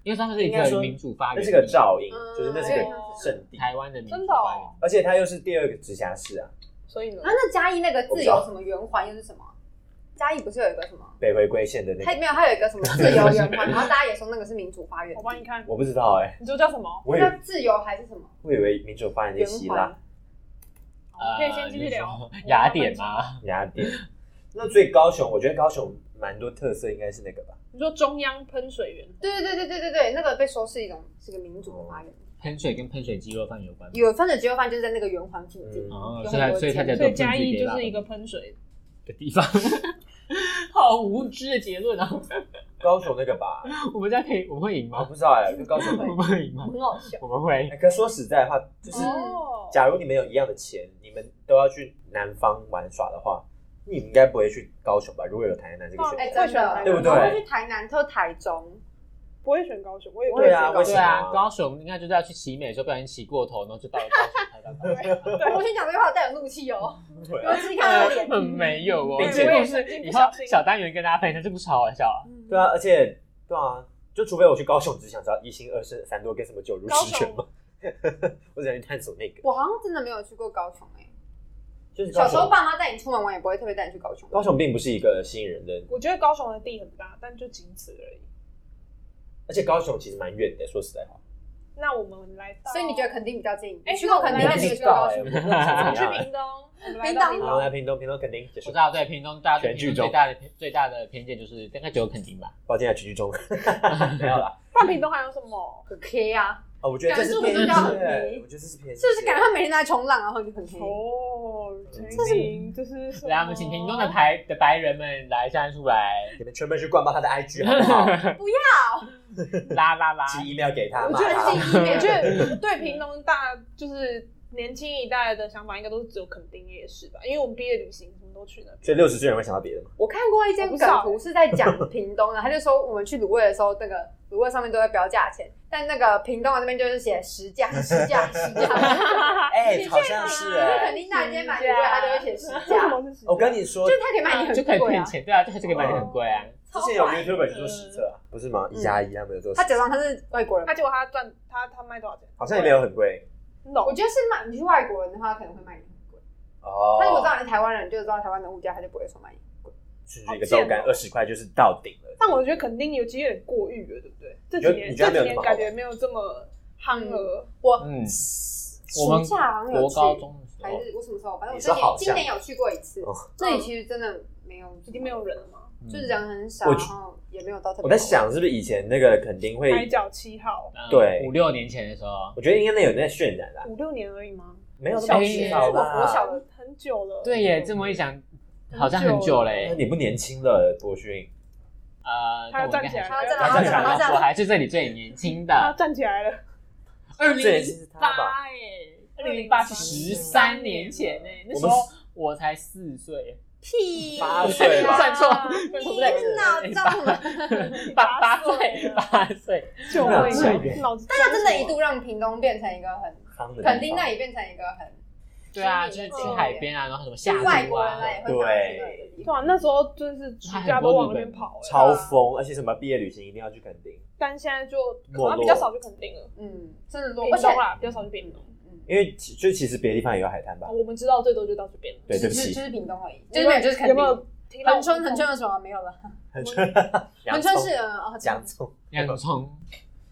Speaker 4: 因为它是一
Speaker 2: 应该
Speaker 4: 个
Speaker 2: 说
Speaker 4: 民主发源
Speaker 2: 那
Speaker 4: 地，
Speaker 2: 是个照应
Speaker 1: 嗯，
Speaker 3: 啊
Speaker 2: 就是那是个圣地，
Speaker 4: 台湾的民主
Speaker 3: 真的
Speaker 4: 发源
Speaker 3: 哦
Speaker 4: 地。
Speaker 2: 而且它又是第二个直辖市啊，
Speaker 3: 所以呢
Speaker 1: 啊，，那嘉义那个自由什么圆环又是什么？嘉义不是有一个什么？
Speaker 2: 北回归线的那
Speaker 1: 它
Speaker 2: 个，
Speaker 1: 没有，它有一个什么自由圆环，然后大家也说那个是民主发源
Speaker 3: 我帮你
Speaker 1: 地，
Speaker 3: 看，
Speaker 2: 我不知道哎，
Speaker 3: 你说叫什么？
Speaker 2: 我以
Speaker 1: 那自由还是什么？
Speaker 2: 我以为民主发源地希腊
Speaker 3: 好可以先继续聊
Speaker 4: 呃你说雅典吗？
Speaker 2: 雅典，那所以高雄，我觉得高雄蛮多特色，应该是那个吧，
Speaker 3: 你说中央喷水园，
Speaker 1: 对对对对对对对，那个被说是一种是个民主的发源地。
Speaker 4: 喷水跟喷水鸡肉饭有关吗？
Speaker 1: 有分的鸡肉饭就是在那个圆环附近，
Speaker 2: 嗯
Speaker 4: 哦，
Speaker 1: 有
Speaker 4: 所以它
Speaker 1: 很多
Speaker 4: 所以它
Speaker 1: 间
Speaker 4: 叫
Speaker 3: 所
Speaker 4: 做
Speaker 3: 以嘉义
Speaker 4: 喷水
Speaker 3: 就是一
Speaker 4: 鸡
Speaker 3: 个喷水。
Speaker 4: 的地方。 好无知的结论啊！
Speaker 2: 高雄那个吧，
Speaker 4: 我们这样可以，我们会赢
Speaker 2: 我
Speaker 4: 吗？
Speaker 2: 不知道 哎，就高雄
Speaker 4: 我。们会赢吗？
Speaker 5: 很好笑。
Speaker 4: 我们会
Speaker 2: 哎可说实在话，就是
Speaker 3: 哦
Speaker 2: 假如你们有一样的钱，你们都要去南方玩耍的话，你应该不会去高雄吧？如果有台南这个
Speaker 1: 哦
Speaker 2: 选
Speaker 3: 哎
Speaker 2: 择，
Speaker 3: 真的
Speaker 2: 对不对
Speaker 1: 我会去台南，特台中，
Speaker 3: 不会选高雄，我也
Speaker 1: 对啊
Speaker 2: 为什
Speaker 4: 对
Speaker 2: 么
Speaker 4: 啊，高雄应该就是要去骑美的时候不小心骑过头，然后就到了高雄 拍到高雄。
Speaker 1: 我先讲这句话带有怒气哦，
Speaker 2: 对
Speaker 1: 尤
Speaker 2: 啊，
Speaker 1: 其看他的脸。
Speaker 4: 很没有哦
Speaker 2: 对，
Speaker 4: 这个
Speaker 3: 我
Speaker 4: 故
Speaker 3: 也曾
Speaker 4: 事
Speaker 3: 经
Speaker 4: 以
Speaker 3: 不
Speaker 4: 后
Speaker 3: 小心
Speaker 4: 小单元跟大家分享，这故事好好笑啊！
Speaker 2: 对啊，而且对啊，就除非我去高雄，只想找一心二世三多跟什么九如
Speaker 3: 高
Speaker 2: 十
Speaker 3: 雄
Speaker 2: 全嘛，我想去探索那个。
Speaker 1: 我好像真的没有去过高雄哎、
Speaker 2: 就是高
Speaker 1: 小时
Speaker 2: 雄
Speaker 1: 候爸妈带你出门玩，也不会特别带你去高雄。
Speaker 2: 高雄并不是一个吸引人的，
Speaker 3: 我觉得高雄的地很大，但就仅此而已。
Speaker 2: 而且高雄其实蛮远的，说实在话。
Speaker 3: 那我们来到，
Speaker 1: 所以你觉得垦丁比较近？
Speaker 3: 哎
Speaker 1: 你去过垦丁，
Speaker 3: 那
Speaker 1: 还
Speaker 3: 我
Speaker 1: 是
Speaker 3: 们
Speaker 1: 你去过高
Speaker 2: 我
Speaker 1: 雄
Speaker 2: 不？知道哎我不知道
Speaker 3: 去
Speaker 2: 怎么样
Speaker 3: 屏东，我们来
Speaker 1: 屏
Speaker 3: 到
Speaker 1: 东
Speaker 2: 好，来屏东，屏东肯定结
Speaker 4: 我
Speaker 2: 束
Speaker 4: 知。道，对屏东大家对
Speaker 2: 全
Speaker 4: 屏
Speaker 2: 剧
Speaker 4: 东
Speaker 2: 终
Speaker 4: 最大的最大的偏见就是大概只有垦丁吧。
Speaker 2: 抱歉啊，曲 剧中 没有啦。
Speaker 3: 放屏东还有什么？
Speaker 1: 很 K 啊，
Speaker 2: 哦，我觉得这是
Speaker 1: 感
Speaker 2: 偏
Speaker 1: 觉
Speaker 2: 见，
Speaker 1: 是不是很
Speaker 2: 我觉得这是偏见。
Speaker 1: 是不是感觉他每天都在冲浪，然后就很 K？
Speaker 3: 哦，
Speaker 2: 这是
Speaker 3: 是这是什么
Speaker 4: 来，我们请屏东
Speaker 3: 哦
Speaker 4: 的白的白人们来站出来，
Speaker 2: 你们全部去灌爆他的 IG 好 不好？
Speaker 4: 啦啦啦！
Speaker 2: 寄 email 给他，
Speaker 3: 我
Speaker 2: 骂
Speaker 3: 觉得
Speaker 2: 他。
Speaker 3: 我 觉得对屏东大就是年轻一代的想法，应该都是只有垦丁夜市吧，因为我们毕业旅行什么都去那边。
Speaker 2: 所以六十岁人会想到别的吗？
Speaker 1: 我看过一间
Speaker 3: 我不知
Speaker 1: 梗
Speaker 3: 道
Speaker 1: 图是在讲屏东的，他就说我们去卤味的时候，那个卤味上面都会标价钱，但那个屏东的那边就是写实价、实价、实 价。
Speaker 2: 哎，好像是
Speaker 1: 就是肯
Speaker 2: 哎。
Speaker 1: 定大街买卤味，他就会写实价，
Speaker 2: 我跟
Speaker 3: 你
Speaker 2: 你说
Speaker 1: 就，是他可以卖你
Speaker 4: 就
Speaker 1: 很
Speaker 4: 可以
Speaker 1: 贵
Speaker 4: 骗
Speaker 1: 啊。
Speaker 4: 钱，对啊，这个版很贵啊。
Speaker 2: 之前有 YouTuber 去做实测啊，不是吗？一加一他们有做实
Speaker 1: 嗯他
Speaker 2: 测，
Speaker 1: 假装他是外国人
Speaker 3: 他，结果他赚他他卖多少钱？
Speaker 2: 好像也没有很贵
Speaker 3: ，no，
Speaker 1: 我觉得是卖你去外国人的话，可能会卖你很贵。他如果知
Speaker 2: 哦。
Speaker 1: 道你是台湾人，就知道台湾的物价，他就不会说卖你。
Speaker 2: 就是一个豆
Speaker 1: 哦
Speaker 2: 干二十块就是到顶了。
Speaker 3: 但我觉得肯定有其实有点过誉了，对不对？这几
Speaker 2: 你
Speaker 3: 年
Speaker 2: 觉
Speaker 3: 这
Speaker 2: 得
Speaker 3: 几
Speaker 2: 你觉得没有那么好
Speaker 3: 年感觉没有这么夯了。
Speaker 1: 我
Speaker 4: 嗯，我
Speaker 1: 暑
Speaker 4: 们
Speaker 1: 假好像有
Speaker 4: 国
Speaker 1: 去
Speaker 4: 高中的时
Speaker 1: 还
Speaker 4: 候
Speaker 1: 是我什么时候？反正我
Speaker 2: 哦你
Speaker 1: 今
Speaker 2: 说
Speaker 1: 年
Speaker 2: 好
Speaker 1: 今
Speaker 2: 像
Speaker 1: 年有去过一次
Speaker 2: 哦，
Speaker 1: 那里其实真的没有，
Speaker 3: 嗯已经没有人了吗？
Speaker 4: 嗯，
Speaker 1: 就是人很少，
Speaker 2: 我
Speaker 1: 然后也没有到特别。
Speaker 2: 我在，想，是不是以前那个肯定
Speaker 3: 海
Speaker 2: 会，
Speaker 3: 角七号，
Speaker 4: 嗯
Speaker 2: 对
Speaker 4: 五六年前的时候，
Speaker 2: 我觉得应该那有那渲染啦，
Speaker 3: 五六年而已吗？
Speaker 2: 没有那
Speaker 4: 小
Speaker 2: 么
Speaker 4: 学
Speaker 2: 至少
Speaker 1: 我国小
Speaker 2: 啦。
Speaker 1: 的
Speaker 3: 很久了。
Speaker 4: 对耶，这么一想，好像很久嘞
Speaker 2: 那。哎你不年轻了，博勋。
Speaker 4: 呃，
Speaker 3: 他要站起来，
Speaker 1: 他要
Speaker 4: 但我
Speaker 1: 站
Speaker 4: 应
Speaker 1: 起
Speaker 4: 该
Speaker 1: 来
Speaker 4: 还
Speaker 1: 他要站起来
Speaker 4: 我还是这里最年轻
Speaker 3: 他 要
Speaker 4: 的，
Speaker 3: 站起来了。
Speaker 4: 二
Speaker 2: 这也是他吧？
Speaker 4: 哎，二零零八是十三年前呢、那时候我才四岁，
Speaker 1: 屁
Speaker 2: 八岁 吧
Speaker 4: 算错，
Speaker 3: 你
Speaker 1: 是脑中了。
Speaker 4: 八八岁，
Speaker 1: 啊
Speaker 4: 八岁，
Speaker 3: 就
Speaker 2: 那最
Speaker 3: 会
Speaker 2: 远
Speaker 3: 脑子。
Speaker 1: 大家真的一度让屏东变成一个很，
Speaker 2: 康的地方
Speaker 1: 垦丁那也变成一个很
Speaker 4: 对啊，就是近海边啊，然后什么夏
Speaker 1: 外
Speaker 4: 都
Speaker 1: 国人
Speaker 4: 啊，
Speaker 1: 来也会想去那里的地
Speaker 3: 对
Speaker 1: 方。
Speaker 3: 啊，那时候真是暑假都往那边跑、
Speaker 1: 啊
Speaker 3: 欸，
Speaker 2: 超疯，而且什么毕业旅行一定要去垦丁，
Speaker 3: 但现在就可
Speaker 2: 没落
Speaker 3: 能比较少去垦丁了，
Speaker 1: 嗯，真的落
Speaker 3: 屏东啊啦，比较少去屏东。
Speaker 1: 嗯，
Speaker 2: 因为其就其实别的地方也有海滩吧。
Speaker 1: 哦
Speaker 3: 我们知道最多就到这边了。
Speaker 2: 对，对不
Speaker 1: 就是
Speaker 2: 起
Speaker 1: 就，是屏东而已，就是没有就是肯
Speaker 3: 有
Speaker 1: 定
Speaker 3: 没。有听到
Speaker 1: 恒春恒春有什么没有了？
Speaker 2: 很
Speaker 3: 我
Speaker 2: 春，
Speaker 1: 恒
Speaker 2: 洋
Speaker 1: 春
Speaker 2: 葱
Speaker 1: 是嗯哦，
Speaker 2: 洋葱，
Speaker 4: 洋葱，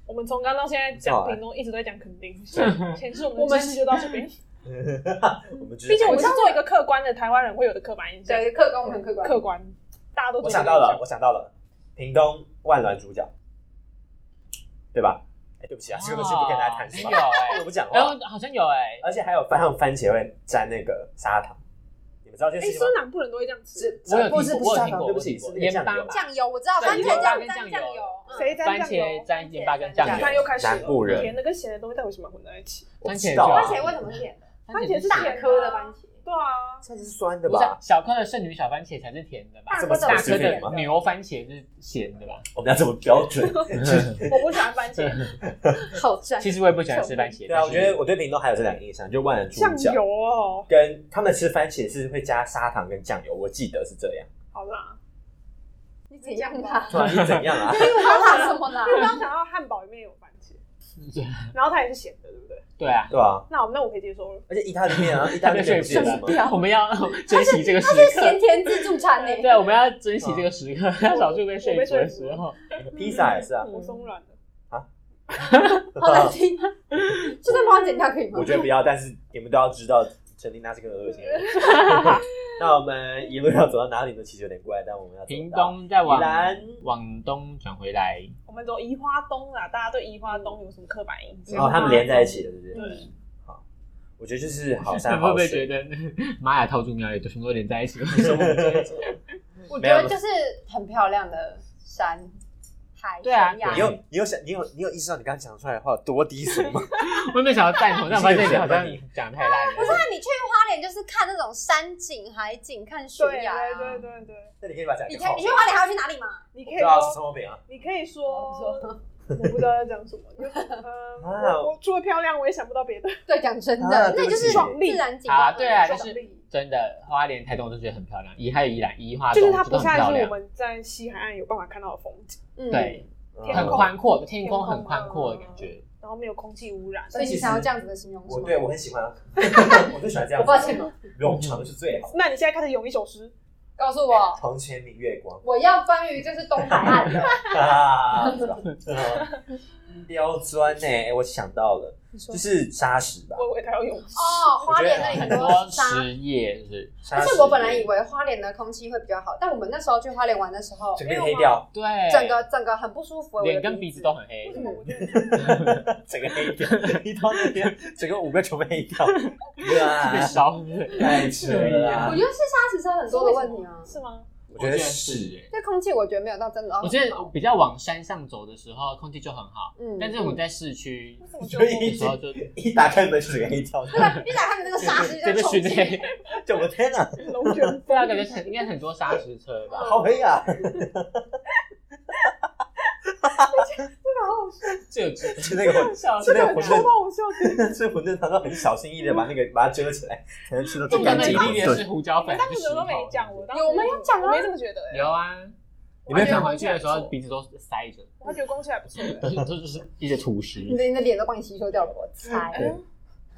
Speaker 3: 我们从刚到现在
Speaker 2: 哦
Speaker 3: 讲屏东，一直都在讲垦丁，显示我们的知识就到这边。
Speaker 2: 我们只
Speaker 3: 毕
Speaker 2: 是
Speaker 3: 竟我们是做一个客观的台湾人会有的刻板印象，
Speaker 1: 对，客观我们很客观。
Speaker 3: 客观，大家都
Speaker 2: 哎我想到了，我想到了，屏东万峦主角，对吧？哎，对不起啊，这个东西不跟大家谈是
Speaker 4: 有
Speaker 2: 吧？
Speaker 4: 哎
Speaker 2: 我，不讲
Speaker 4: 然
Speaker 2: 话
Speaker 4: 后，好像有哎，
Speaker 2: 而且还有番上番茄会沾那个砂糖，你们知道这
Speaker 3: 哎，
Speaker 2: 件事情
Speaker 3: 是不是
Speaker 2: 吗？
Speaker 3: 南部人都会这样吃？
Speaker 2: 是
Speaker 4: 我有
Speaker 2: 不是
Speaker 4: 听
Speaker 2: 不
Speaker 4: 过，我
Speaker 2: 是
Speaker 4: 有
Speaker 2: 砂
Speaker 4: 听
Speaker 2: 糖，
Speaker 4: 过，
Speaker 2: 对不起，是那个
Speaker 4: 盐
Speaker 2: 酱油
Speaker 4: 巴
Speaker 2: 吧，
Speaker 1: 酱油我知道，
Speaker 4: 对
Speaker 1: 番
Speaker 4: 盐
Speaker 1: 茄
Speaker 4: 巴
Speaker 1: 酱
Speaker 4: 跟
Speaker 1: 沾
Speaker 4: 酱
Speaker 1: 酱
Speaker 4: 油
Speaker 1: 油，嗯
Speaker 3: 谁沾
Speaker 4: 番
Speaker 3: 酱油
Speaker 4: 茄？沾盐巴跟酱
Speaker 1: 番
Speaker 3: 你
Speaker 1: 茄
Speaker 3: 看
Speaker 4: 油
Speaker 3: 又，开始
Speaker 2: 南部人
Speaker 3: 甜的跟咸的东西到底为什么混在一起？
Speaker 2: 我
Speaker 4: 番
Speaker 2: 不
Speaker 4: 茄
Speaker 2: 知道啊
Speaker 1: 番茄为什么是甜的？
Speaker 3: 番茄是
Speaker 4: 大
Speaker 3: 甜
Speaker 1: 颗的番茄，
Speaker 3: 对 啊，
Speaker 2: 这是酸的
Speaker 4: 不是
Speaker 2: 吧？
Speaker 4: 小颗的剩女小番茄才是甜的吧？
Speaker 1: 大
Speaker 2: 这
Speaker 1: 颗
Speaker 2: 么
Speaker 1: 的
Speaker 4: 大
Speaker 1: 不
Speaker 2: 是
Speaker 1: 是
Speaker 4: 颗
Speaker 1: 甜
Speaker 2: 甜
Speaker 4: 的
Speaker 2: 吗？
Speaker 4: 牛番茄是咸的 吧？
Speaker 2: 我们要这么标准？
Speaker 3: 我不喜欢 番茄，
Speaker 1: 好蘸。
Speaker 4: 其实我也不喜欢吃番茄，
Speaker 2: 对啊，我觉得
Speaker 4: 我
Speaker 2: 我对屏东还有这两个印象，就万人猪
Speaker 3: 酱
Speaker 2: 脚
Speaker 3: 油哦。
Speaker 2: 跟他们吃番茄是会加砂糖跟酱油，我记得是这样。
Speaker 3: 好啦，
Speaker 1: 你怎样啦？
Speaker 2: 突然是怎样啊？
Speaker 1: 他啦什么啦？
Speaker 3: 因为我刚刚想到汉堡里面有番茄，然后它也是咸的，对不对？
Speaker 4: 对啊，
Speaker 2: 对啊，
Speaker 3: 那我那我可以接受了。
Speaker 2: 而且意大利面啊，意大利面
Speaker 4: 睡
Speaker 2: 不是也是
Speaker 4: 不
Speaker 2: 吗？
Speaker 4: 着，我们要珍惜这个时
Speaker 5: 是
Speaker 4: 刻
Speaker 5: 咸。甜自助餐 呢。
Speaker 4: 对，我们要珍惜这个时刻，要少数被睡着的时候。
Speaker 2: 披萨也是啊，
Speaker 3: 我松软了。
Speaker 5: 好难听啊！
Speaker 1: 就算帮我剪掉可以吗
Speaker 2: 我？觉得不要，但是你们都要知道，陈琳娜是个恶心的人。那我们一路要走到哪里呢？其实有点怪，但我们要走到
Speaker 4: 屏东再往
Speaker 2: 宜兰
Speaker 4: 往东转回来，
Speaker 3: 我们走宜花东啦，大家对宜花东有什么刻板印象？
Speaker 2: 然后哦他们连在一起的，对不对？
Speaker 3: 对，
Speaker 2: 我觉 得就是好
Speaker 4: 你
Speaker 2: 山
Speaker 4: 会不
Speaker 2: 好
Speaker 4: 会觉
Speaker 2: 水，
Speaker 4: 得 玛雅套住苗也全部都连在一 起？为什么我们这一集
Speaker 5: 我觉得就是很漂亮的山海，
Speaker 4: 对啊
Speaker 5: 悬崖
Speaker 2: 你有你有想你有你有意识到你刚刚讲出来的话有多低俗吗？
Speaker 4: 我也没有想到赞同，但我发现你好像讲得太烂
Speaker 5: 不是
Speaker 4: 了。
Speaker 5: 啊，你去花莲就是看那种山景、海景，看悬
Speaker 3: 对
Speaker 5: 崖啊。
Speaker 3: 对对对对，
Speaker 2: 那你可以把它讲
Speaker 5: 你
Speaker 2: 一个
Speaker 5: 看
Speaker 2: 好
Speaker 5: 你去花莲还要去哪里嘛？
Speaker 3: 你可以
Speaker 2: 对啊，是
Speaker 3: 说，
Speaker 2: 葱油饼啊，
Speaker 3: 你可以
Speaker 5: 哦
Speaker 3: 说，我不知道要讲什么。就 嗯，
Speaker 2: 啊
Speaker 3: 我我除了漂亮，我也想不到别的。
Speaker 5: 对，讲真
Speaker 2: 啊
Speaker 5: 的，
Speaker 2: 对
Speaker 5: 那
Speaker 2: 不
Speaker 5: 就
Speaker 2: 起
Speaker 5: 是自然景
Speaker 4: 好啦
Speaker 5: 观。
Speaker 4: 对啊，就
Speaker 3: 壮
Speaker 4: 是
Speaker 3: 丽
Speaker 4: 真的花莲、台东我都觉得很漂亮，宜还有宜兰、宜花
Speaker 3: 就是
Speaker 4: 东
Speaker 3: 它
Speaker 4: 这
Speaker 3: 不
Speaker 4: 都很
Speaker 3: 像
Speaker 4: 漂
Speaker 3: 是我
Speaker 4: 亮。
Speaker 3: 们在西海岸有办法看到的风景，
Speaker 1: 嗯，
Speaker 4: 对，
Speaker 3: 天
Speaker 4: 很
Speaker 3: 空
Speaker 4: 宽阔，天空很宽阔的感觉。
Speaker 3: 然后没有空气污染。
Speaker 1: 所以你想要这样子的形容是
Speaker 2: 我
Speaker 1: 吗？
Speaker 2: 对我很喜欢啊，我最喜欢这样
Speaker 1: 我抱
Speaker 2: 子。
Speaker 1: 歉，
Speaker 2: 冗长是最好。
Speaker 3: 那你现在开始咏一首诗，
Speaker 1: 告诉我，
Speaker 2: 床前明月光，
Speaker 1: 我要关于就是东海岸的，
Speaker 2: 啊，是吧 刁钻呢、欸我想到了，
Speaker 1: 就
Speaker 2: 就是沙石吧。
Speaker 3: 我以为他要咏诗。
Speaker 1: 哦，花莲那里
Speaker 4: 很
Speaker 1: 很
Speaker 4: 多
Speaker 1: 多沙。
Speaker 4: 实业是，
Speaker 2: 沙
Speaker 1: 而
Speaker 2: 石
Speaker 1: 且我本来以为花莲的空气会比较好，但我们那时候去花莲玩的时候，
Speaker 2: 整个黑
Speaker 1: 啊
Speaker 2: 掉，
Speaker 4: 对，
Speaker 1: 整个整个很不舒服，我的
Speaker 4: 脸跟鼻子都很黑
Speaker 3: 为什。么我觉得
Speaker 2: 整个黑掉， 一到那边整个五个全部黑掉，
Speaker 4: 被
Speaker 2: 哇，
Speaker 4: 烧是
Speaker 2: 啊太扯
Speaker 1: 我
Speaker 2: 了啊
Speaker 1: 觉！得是沙石车很多的问题啊。
Speaker 3: 是吗？
Speaker 2: 我觉得是，
Speaker 1: 这空气我觉得没有到真的很好，哦
Speaker 4: 我觉得比较往山上走的时候，空气就很好，
Speaker 1: 嗯
Speaker 4: 但是我们在市区
Speaker 3: 为什么
Speaker 2: 就
Speaker 3: 就
Speaker 4: 的
Speaker 2: 一
Speaker 4: 时候就
Speaker 2: 一打开门就整个 黑掉，
Speaker 1: 一打开你那个沙石
Speaker 4: 这个
Speaker 1: 就
Speaker 4: 熏
Speaker 1: 冲进，
Speaker 4: 黑。
Speaker 2: 就我天哪，
Speaker 1: 嗯
Speaker 3: 龙卷
Speaker 4: 对啊，感觉很应该很多砂石车吧。
Speaker 2: 好黑啊！
Speaker 4: 这有知
Speaker 2: 是那 个 混，
Speaker 4: 笑
Speaker 2: 是
Speaker 4: 死
Speaker 2: 那个
Speaker 3: 风，
Speaker 2: 混
Speaker 3: 抽
Speaker 2: 沌，
Speaker 3: 到我笑点。
Speaker 2: 是混沌，他都很小心翼翼的把那个把它遮起来，才能吃到
Speaker 4: 这
Speaker 2: 最
Speaker 4: 个
Speaker 2: 干
Speaker 4: 那
Speaker 2: 净
Speaker 4: 一
Speaker 2: 的混
Speaker 4: 定也是
Speaker 2: 沌。
Speaker 4: 胡椒粉，
Speaker 3: 你当时怎么没讲？我当时
Speaker 1: 有我们有讲啊
Speaker 3: 我没这么觉得欸。
Speaker 4: 有啊，
Speaker 2: 你没有
Speaker 4: 看
Speaker 2: 看
Speaker 4: 回去的时候鼻子都塞着，
Speaker 3: 我还觉得空气还不错欸。
Speaker 4: 这就是一些土石。
Speaker 1: 你的你的脸都帮你吸收掉了，我猜。
Speaker 2: 对
Speaker 3: 嗯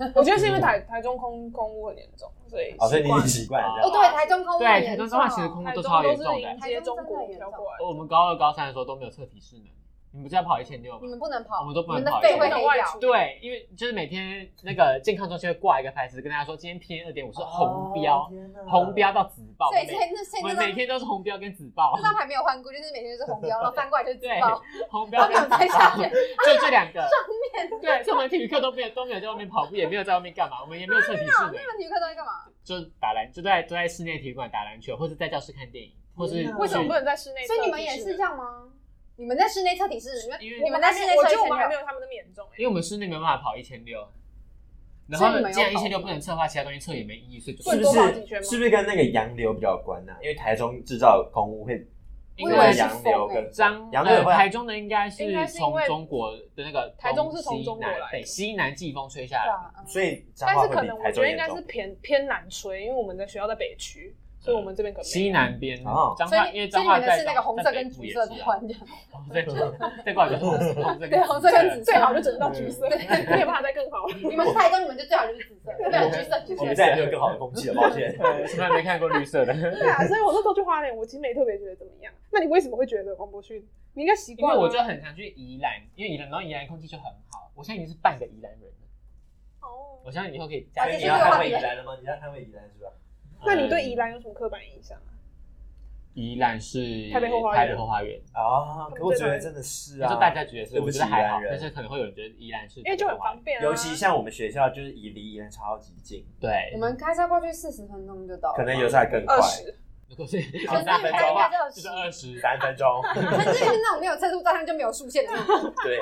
Speaker 3: 我觉得是因为台台中空空污很严重，所以
Speaker 2: 哦，所以你很
Speaker 3: 习惯
Speaker 2: 习惯这
Speaker 1: 哦，
Speaker 2: 样。
Speaker 1: 对，台中空污
Speaker 4: 对，
Speaker 1: 很
Speaker 4: 台
Speaker 1: 严
Speaker 4: 中
Speaker 1: 重
Speaker 4: 彰化其实空
Speaker 3: 台
Speaker 4: 污都
Speaker 3: 中
Speaker 4: 超严
Speaker 3: 是
Speaker 4: 重
Speaker 3: 迎
Speaker 4: 的。
Speaker 3: 接中国飘过来的，
Speaker 4: 我们高二、高三的时候都没有测体适能，你们不是要跑一千六
Speaker 1: 你
Speaker 4: 吗？
Speaker 1: 们不能跑，
Speaker 4: 哦我们都不
Speaker 1: 你们
Speaker 4: 能
Speaker 1: 的
Speaker 4: 跑
Speaker 1: 肺会
Speaker 3: 不能
Speaker 1: 黑
Speaker 3: 外
Speaker 1: 掉
Speaker 3: 出。
Speaker 4: 对，因为就是每天那个健康中心会挂一个牌子，跟大家说今天 PM 二点
Speaker 2: 哦
Speaker 4: 五是红标，哦红标到紫爆。我
Speaker 1: 所以
Speaker 4: 们
Speaker 1: 现
Speaker 4: 每
Speaker 1: 在那现
Speaker 4: 我
Speaker 1: 在
Speaker 4: 们
Speaker 1: 那
Speaker 4: 每
Speaker 1: 张
Speaker 4: 天都是红标跟紫爆
Speaker 1: 那，张牌没有换过，就是每天就是红标，然后翻过来就是紫
Speaker 4: 对
Speaker 1: 爆，，
Speaker 4: 红
Speaker 1: 然后
Speaker 4: 标跟
Speaker 1: 没有
Speaker 4: 紫爆
Speaker 1: 在，下面。
Speaker 4: 就这两个。
Speaker 1: 面的
Speaker 4: 对，上完体育课都没有都没有在外面跑步，也没有在外面干嘛，我们也没有测体适
Speaker 1: 那，
Speaker 4: 能
Speaker 1: 个体育课都在干嘛？
Speaker 4: 就打篮，就在都在室内体育馆打篮球，或是在教室看电影，或是
Speaker 2: 天哪
Speaker 3: 嗯为什么不
Speaker 4: 去
Speaker 3: 能在室内？
Speaker 1: 所以你们也是这，样吗？你们在室内测体是你们
Speaker 4: 因为
Speaker 1: 你们在室内
Speaker 3: 我
Speaker 1: 测
Speaker 3: 觉
Speaker 1: 一
Speaker 3: 得我们还
Speaker 1: 千
Speaker 3: 没
Speaker 1: 六，
Speaker 3: 有他们那么严重哎。
Speaker 4: 因为我们室内没办法跑一千六，然
Speaker 1: 所以你
Speaker 4: 后
Speaker 1: 们有
Speaker 4: 既然一
Speaker 1: 跑
Speaker 4: 千六不能测的话，其他东西测也没意义，所以就是
Speaker 3: 会
Speaker 2: 不
Speaker 3: 多跑
Speaker 2: 是
Speaker 3: 几圈吗
Speaker 2: 是不是跟那个洋流比较有关呢、因为台中制造空污会
Speaker 4: 因
Speaker 1: 我以为
Speaker 4: 为
Speaker 1: 是
Speaker 2: 洋
Speaker 1: 风
Speaker 2: 流
Speaker 1: 欸
Speaker 2: 跟
Speaker 4: 张
Speaker 2: 洋流
Speaker 4: 呃
Speaker 2: 也会啊
Speaker 4: 台中的应该
Speaker 3: 应
Speaker 4: 是
Speaker 3: 该是因
Speaker 4: 从
Speaker 3: 为
Speaker 4: 中国的那个
Speaker 3: 台中
Speaker 4: 东
Speaker 3: 是从
Speaker 4: 西
Speaker 3: 中国
Speaker 4: 南
Speaker 3: 来的
Speaker 4: 北西南季风吹下
Speaker 1: 对
Speaker 4: 来，
Speaker 1: 啊，嗯
Speaker 2: 所以彰
Speaker 3: 但
Speaker 2: 化
Speaker 3: 是
Speaker 2: 会
Speaker 3: 可
Speaker 2: 比
Speaker 3: 能我
Speaker 2: 台
Speaker 3: 觉
Speaker 2: 中
Speaker 3: 得应
Speaker 2: 严
Speaker 3: 该
Speaker 2: 重
Speaker 3: 是。偏偏南吹，因为我们的学校在北区，所以我们这边可能没
Speaker 4: 西
Speaker 3: 有。
Speaker 4: 南边
Speaker 2: 哦
Speaker 4: 彰
Speaker 1: 嗯所
Speaker 4: 化，
Speaker 1: 以
Speaker 4: 因为
Speaker 1: 所以
Speaker 4: 彰
Speaker 1: 你
Speaker 4: 化
Speaker 1: 们的
Speaker 4: 在
Speaker 1: 是那个红色跟紫色的
Speaker 4: 啊在
Speaker 1: 环，这样
Speaker 4: 北部也是啊对再 过来就是红色红色
Speaker 1: 对，红色跟紫色
Speaker 3: 最好就整到橘
Speaker 2: 嗯
Speaker 3: 色， 你也怕再更好。
Speaker 1: 你们是台中，你们就最好就是紫色，不然橘色橘
Speaker 2: 我
Speaker 1: 色
Speaker 2: 们。再也没有更好的空气了，抱 歉。
Speaker 4: 对， 从来没看过绿色的。
Speaker 3: 对啊，所以我那时候去花莲，我其实没特别觉得怎么样。那你为什么会觉得王博旭？你应该习
Speaker 4: 因为
Speaker 3: 惯了。
Speaker 4: 我就很常去宜兰，因为宜兰，然后宜兰空气就很好。我现在已经是半个宜兰人了，
Speaker 3: 哦，
Speaker 4: 我相信以后可以加入
Speaker 2: 所以
Speaker 1: 啊
Speaker 2: 你
Speaker 1: 这
Speaker 2: 要
Speaker 1: 是
Speaker 2: 捍
Speaker 1: 话
Speaker 2: 卫
Speaker 1: 题
Speaker 2: 宜
Speaker 1: 了
Speaker 2: 兰了吗？你要捍卫宜兰是吧？
Speaker 3: 那你对宜兰有什么刻板印象啊？
Speaker 4: 宜兰是
Speaker 3: 台北后花园
Speaker 4: 台北后花园，
Speaker 2: 啊，可我觉得真的是
Speaker 4: 就
Speaker 2: 啊，
Speaker 4: 大家觉得是，
Speaker 2: 对不
Speaker 4: 我
Speaker 2: 起
Speaker 4: 觉得还好
Speaker 2: 宜兰，人
Speaker 4: 但是可能会有人觉得宜兰是
Speaker 3: 因为就很方
Speaker 4: 便。
Speaker 3: 便啊。
Speaker 2: 尤其像我们学校就是以离宜兰超级近，
Speaker 4: 对
Speaker 1: 我，们开车过去四十分钟就到了，
Speaker 2: 可能有时候还更快
Speaker 3: 二，十，
Speaker 4: 如果是
Speaker 1: 可是
Speaker 4: 二
Speaker 1: 你们
Speaker 4: 三
Speaker 1: 开车
Speaker 4: 分钟
Speaker 1: 就
Speaker 4: 啊，就是是二十。
Speaker 2: 三分 钟，
Speaker 1: 可是就是那种没有测速照相就没有竖线的那种，
Speaker 2: 对，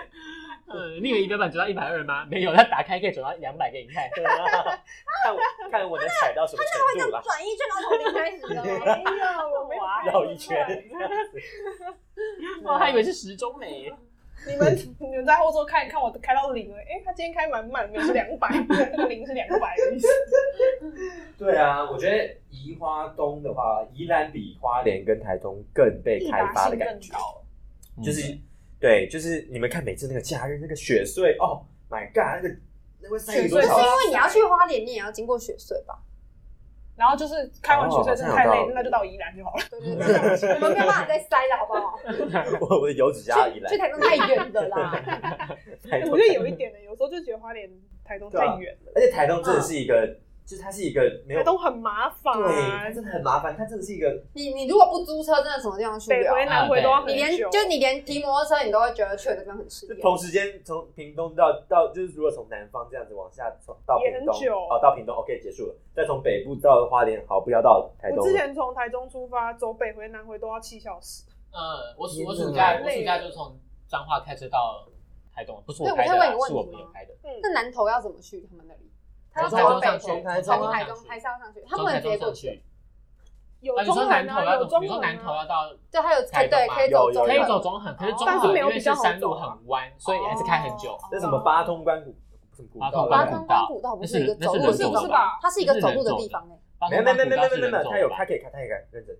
Speaker 4: 嗯，你以为仪表板走到一百二吗？没有，它打开可以走到两百给你 看。
Speaker 3: 啊
Speaker 2: 看我看我能踩到什么程度啦，
Speaker 1: 转一圈然后从零开始的哎吗。
Speaker 3: 有，我没有
Speaker 2: 绕一圈。
Speaker 4: 我还以为是时钟美，
Speaker 3: 你们你们在后座看一看，我开到零了。哎、他今天开满满，没有是两 百，那个零是两百的意思。
Speaker 2: 对啊，我觉得宜花东的话，宜兰比花莲跟台东更被开发的感觉，嗯
Speaker 3: 易达性更高
Speaker 2: 就是对，就是你们看每次那个假日那个雪穗，哦，My God，那个那会塞
Speaker 3: 雪
Speaker 2: 一
Speaker 3: 穗
Speaker 2: 多
Speaker 1: 可
Speaker 2: 少？
Speaker 1: 是因为你要去花莲，你也要经过雪隧吧？
Speaker 3: 然后就是开完学
Speaker 2: 哦
Speaker 3: 税真的
Speaker 2: 这样
Speaker 3: 太
Speaker 2: 有道
Speaker 3: 累
Speaker 2: 理，
Speaker 3: 那就到宜兰就好了。
Speaker 1: 对对对，我们没有办法再塞了，好不好？
Speaker 2: 我我的油脂加到宜
Speaker 1: 去
Speaker 2: 兰，
Speaker 1: 台东太远了啦。
Speaker 2: 台
Speaker 3: 我
Speaker 2: 东
Speaker 3: 觉得有一点呢，有时候就觉得花莲、台东太远了，
Speaker 2: 而且台东真的是一个，就是它是一个没有
Speaker 3: 台东很麻烦
Speaker 2: 对，
Speaker 3: 啊
Speaker 2: 它，真的很麻烦，它真的是一个
Speaker 1: 你你如果不租车，真的什么地方去不
Speaker 3: 北
Speaker 1: 了啊
Speaker 3: 回。南回都
Speaker 2: 啊
Speaker 3: 要很
Speaker 1: 你连
Speaker 3: 久。
Speaker 1: 就你连骑摩托车，你都会觉得去的地方很哦适
Speaker 2: 就
Speaker 1: 应。
Speaker 2: 同时间从屏东到到，就是如果从南方这样子往下从到
Speaker 3: 也
Speaker 2: 屏
Speaker 3: 很
Speaker 2: 东，
Speaker 3: 久
Speaker 2: 哦，到屏东 OK 结束了，再从北部到花莲，好不要到台
Speaker 3: 我
Speaker 2: 东
Speaker 3: 之
Speaker 2: 了。
Speaker 3: 前从台中出发，走北回南回都要七小时。
Speaker 4: 嗯，我暑
Speaker 2: 天
Speaker 4: 我
Speaker 2: 哪
Speaker 4: 暑假我
Speaker 3: 累
Speaker 4: 暑假就从彰化开车到台东，不是我
Speaker 1: 对
Speaker 4: 开的
Speaker 1: 我可以问
Speaker 4: 啦
Speaker 1: 你，问
Speaker 4: 是我
Speaker 1: 题
Speaker 4: 朋
Speaker 1: 吗
Speaker 4: 友开的。
Speaker 3: 嗯，
Speaker 1: 那南投要怎么去他们那里？他
Speaker 2: 台
Speaker 1: 要
Speaker 2: 中
Speaker 1: 走北
Speaker 4: 上去
Speaker 1: 去，
Speaker 2: 台中
Speaker 1: 从台
Speaker 4: 上
Speaker 1: 中
Speaker 4: 去
Speaker 1: 还是要上去？他
Speaker 4: 从
Speaker 1: 们
Speaker 4: 台
Speaker 1: 能直接
Speaker 4: 东
Speaker 1: 过
Speaker 4: 上
Speaker 1: 去？
Speaker 4: 去。
Speaker 3: 有
Speaker 4: 啊，你说
Speaker 3: 中
Speaker 4: 南
Speaker 3: 横
Speaker 4: 投
Speaker 3: 啊，有
Speaker 4: 要
Speaker 3: 中
Speaker 4: 你说
Speaker 3: 横
Speaker 4: 南投
Speaker 3: 啊，
Speaker 4: 要到
Speaker 1: 对，还有
Speaker 4: 台
Speaker 1: 对
Speaker 4: 东吗
Speaker 1: 可以走
Speaker 2: 哦有有
Speaker 1: 中
Speaker 4: 可以
Speaker 1: 横
Speaker 4: 走中横，可是中
Speaker 3: 但是
Speaker 4: 横
Speaker 3: 没
Speaker 4: 因
Speaker 3: 有
Speaker 4: 为
Speaker 3: 比
Speaker 4: 是
Speaker 3: 较好
Speaker 4: 山路
Speaker 3: 走啊
Speaker 4: 很弯，所以还是开很久。啊
Speaker 2: 那什么八通关谷，什么古
Speaker 4: 八
Speaker 2: 道
Speaker 4: 通
Speaker 1: 八
Speaker 4: 关
Speaker 2: 来着
Speaker 1: 通关古道不是一个走路的
Speaker 3: 是
Speaker 1: 地
Speaker 3: 不
Speaker 1: 方
Speaker 3: 是
Speaker 1: 吧？
Speaker 3: 吧？
Speaker 1: 它是一个走路的地方哎。
Speaker 4: 八
Speaker 2: 没
Speaker 4: 通
Speaker 2: 有没
Speaker 4: 关
Speaker 2: 有没有
Speaker 4: 古道是
Speaker 2: 没有没有没
Speaker 4: 人
Speaker 2: 有，
Speaker 4: 走
Speaker 2: 它有
Speaker 4: 的啊吧
Speaker 2: 它可以看，它可以看，认真，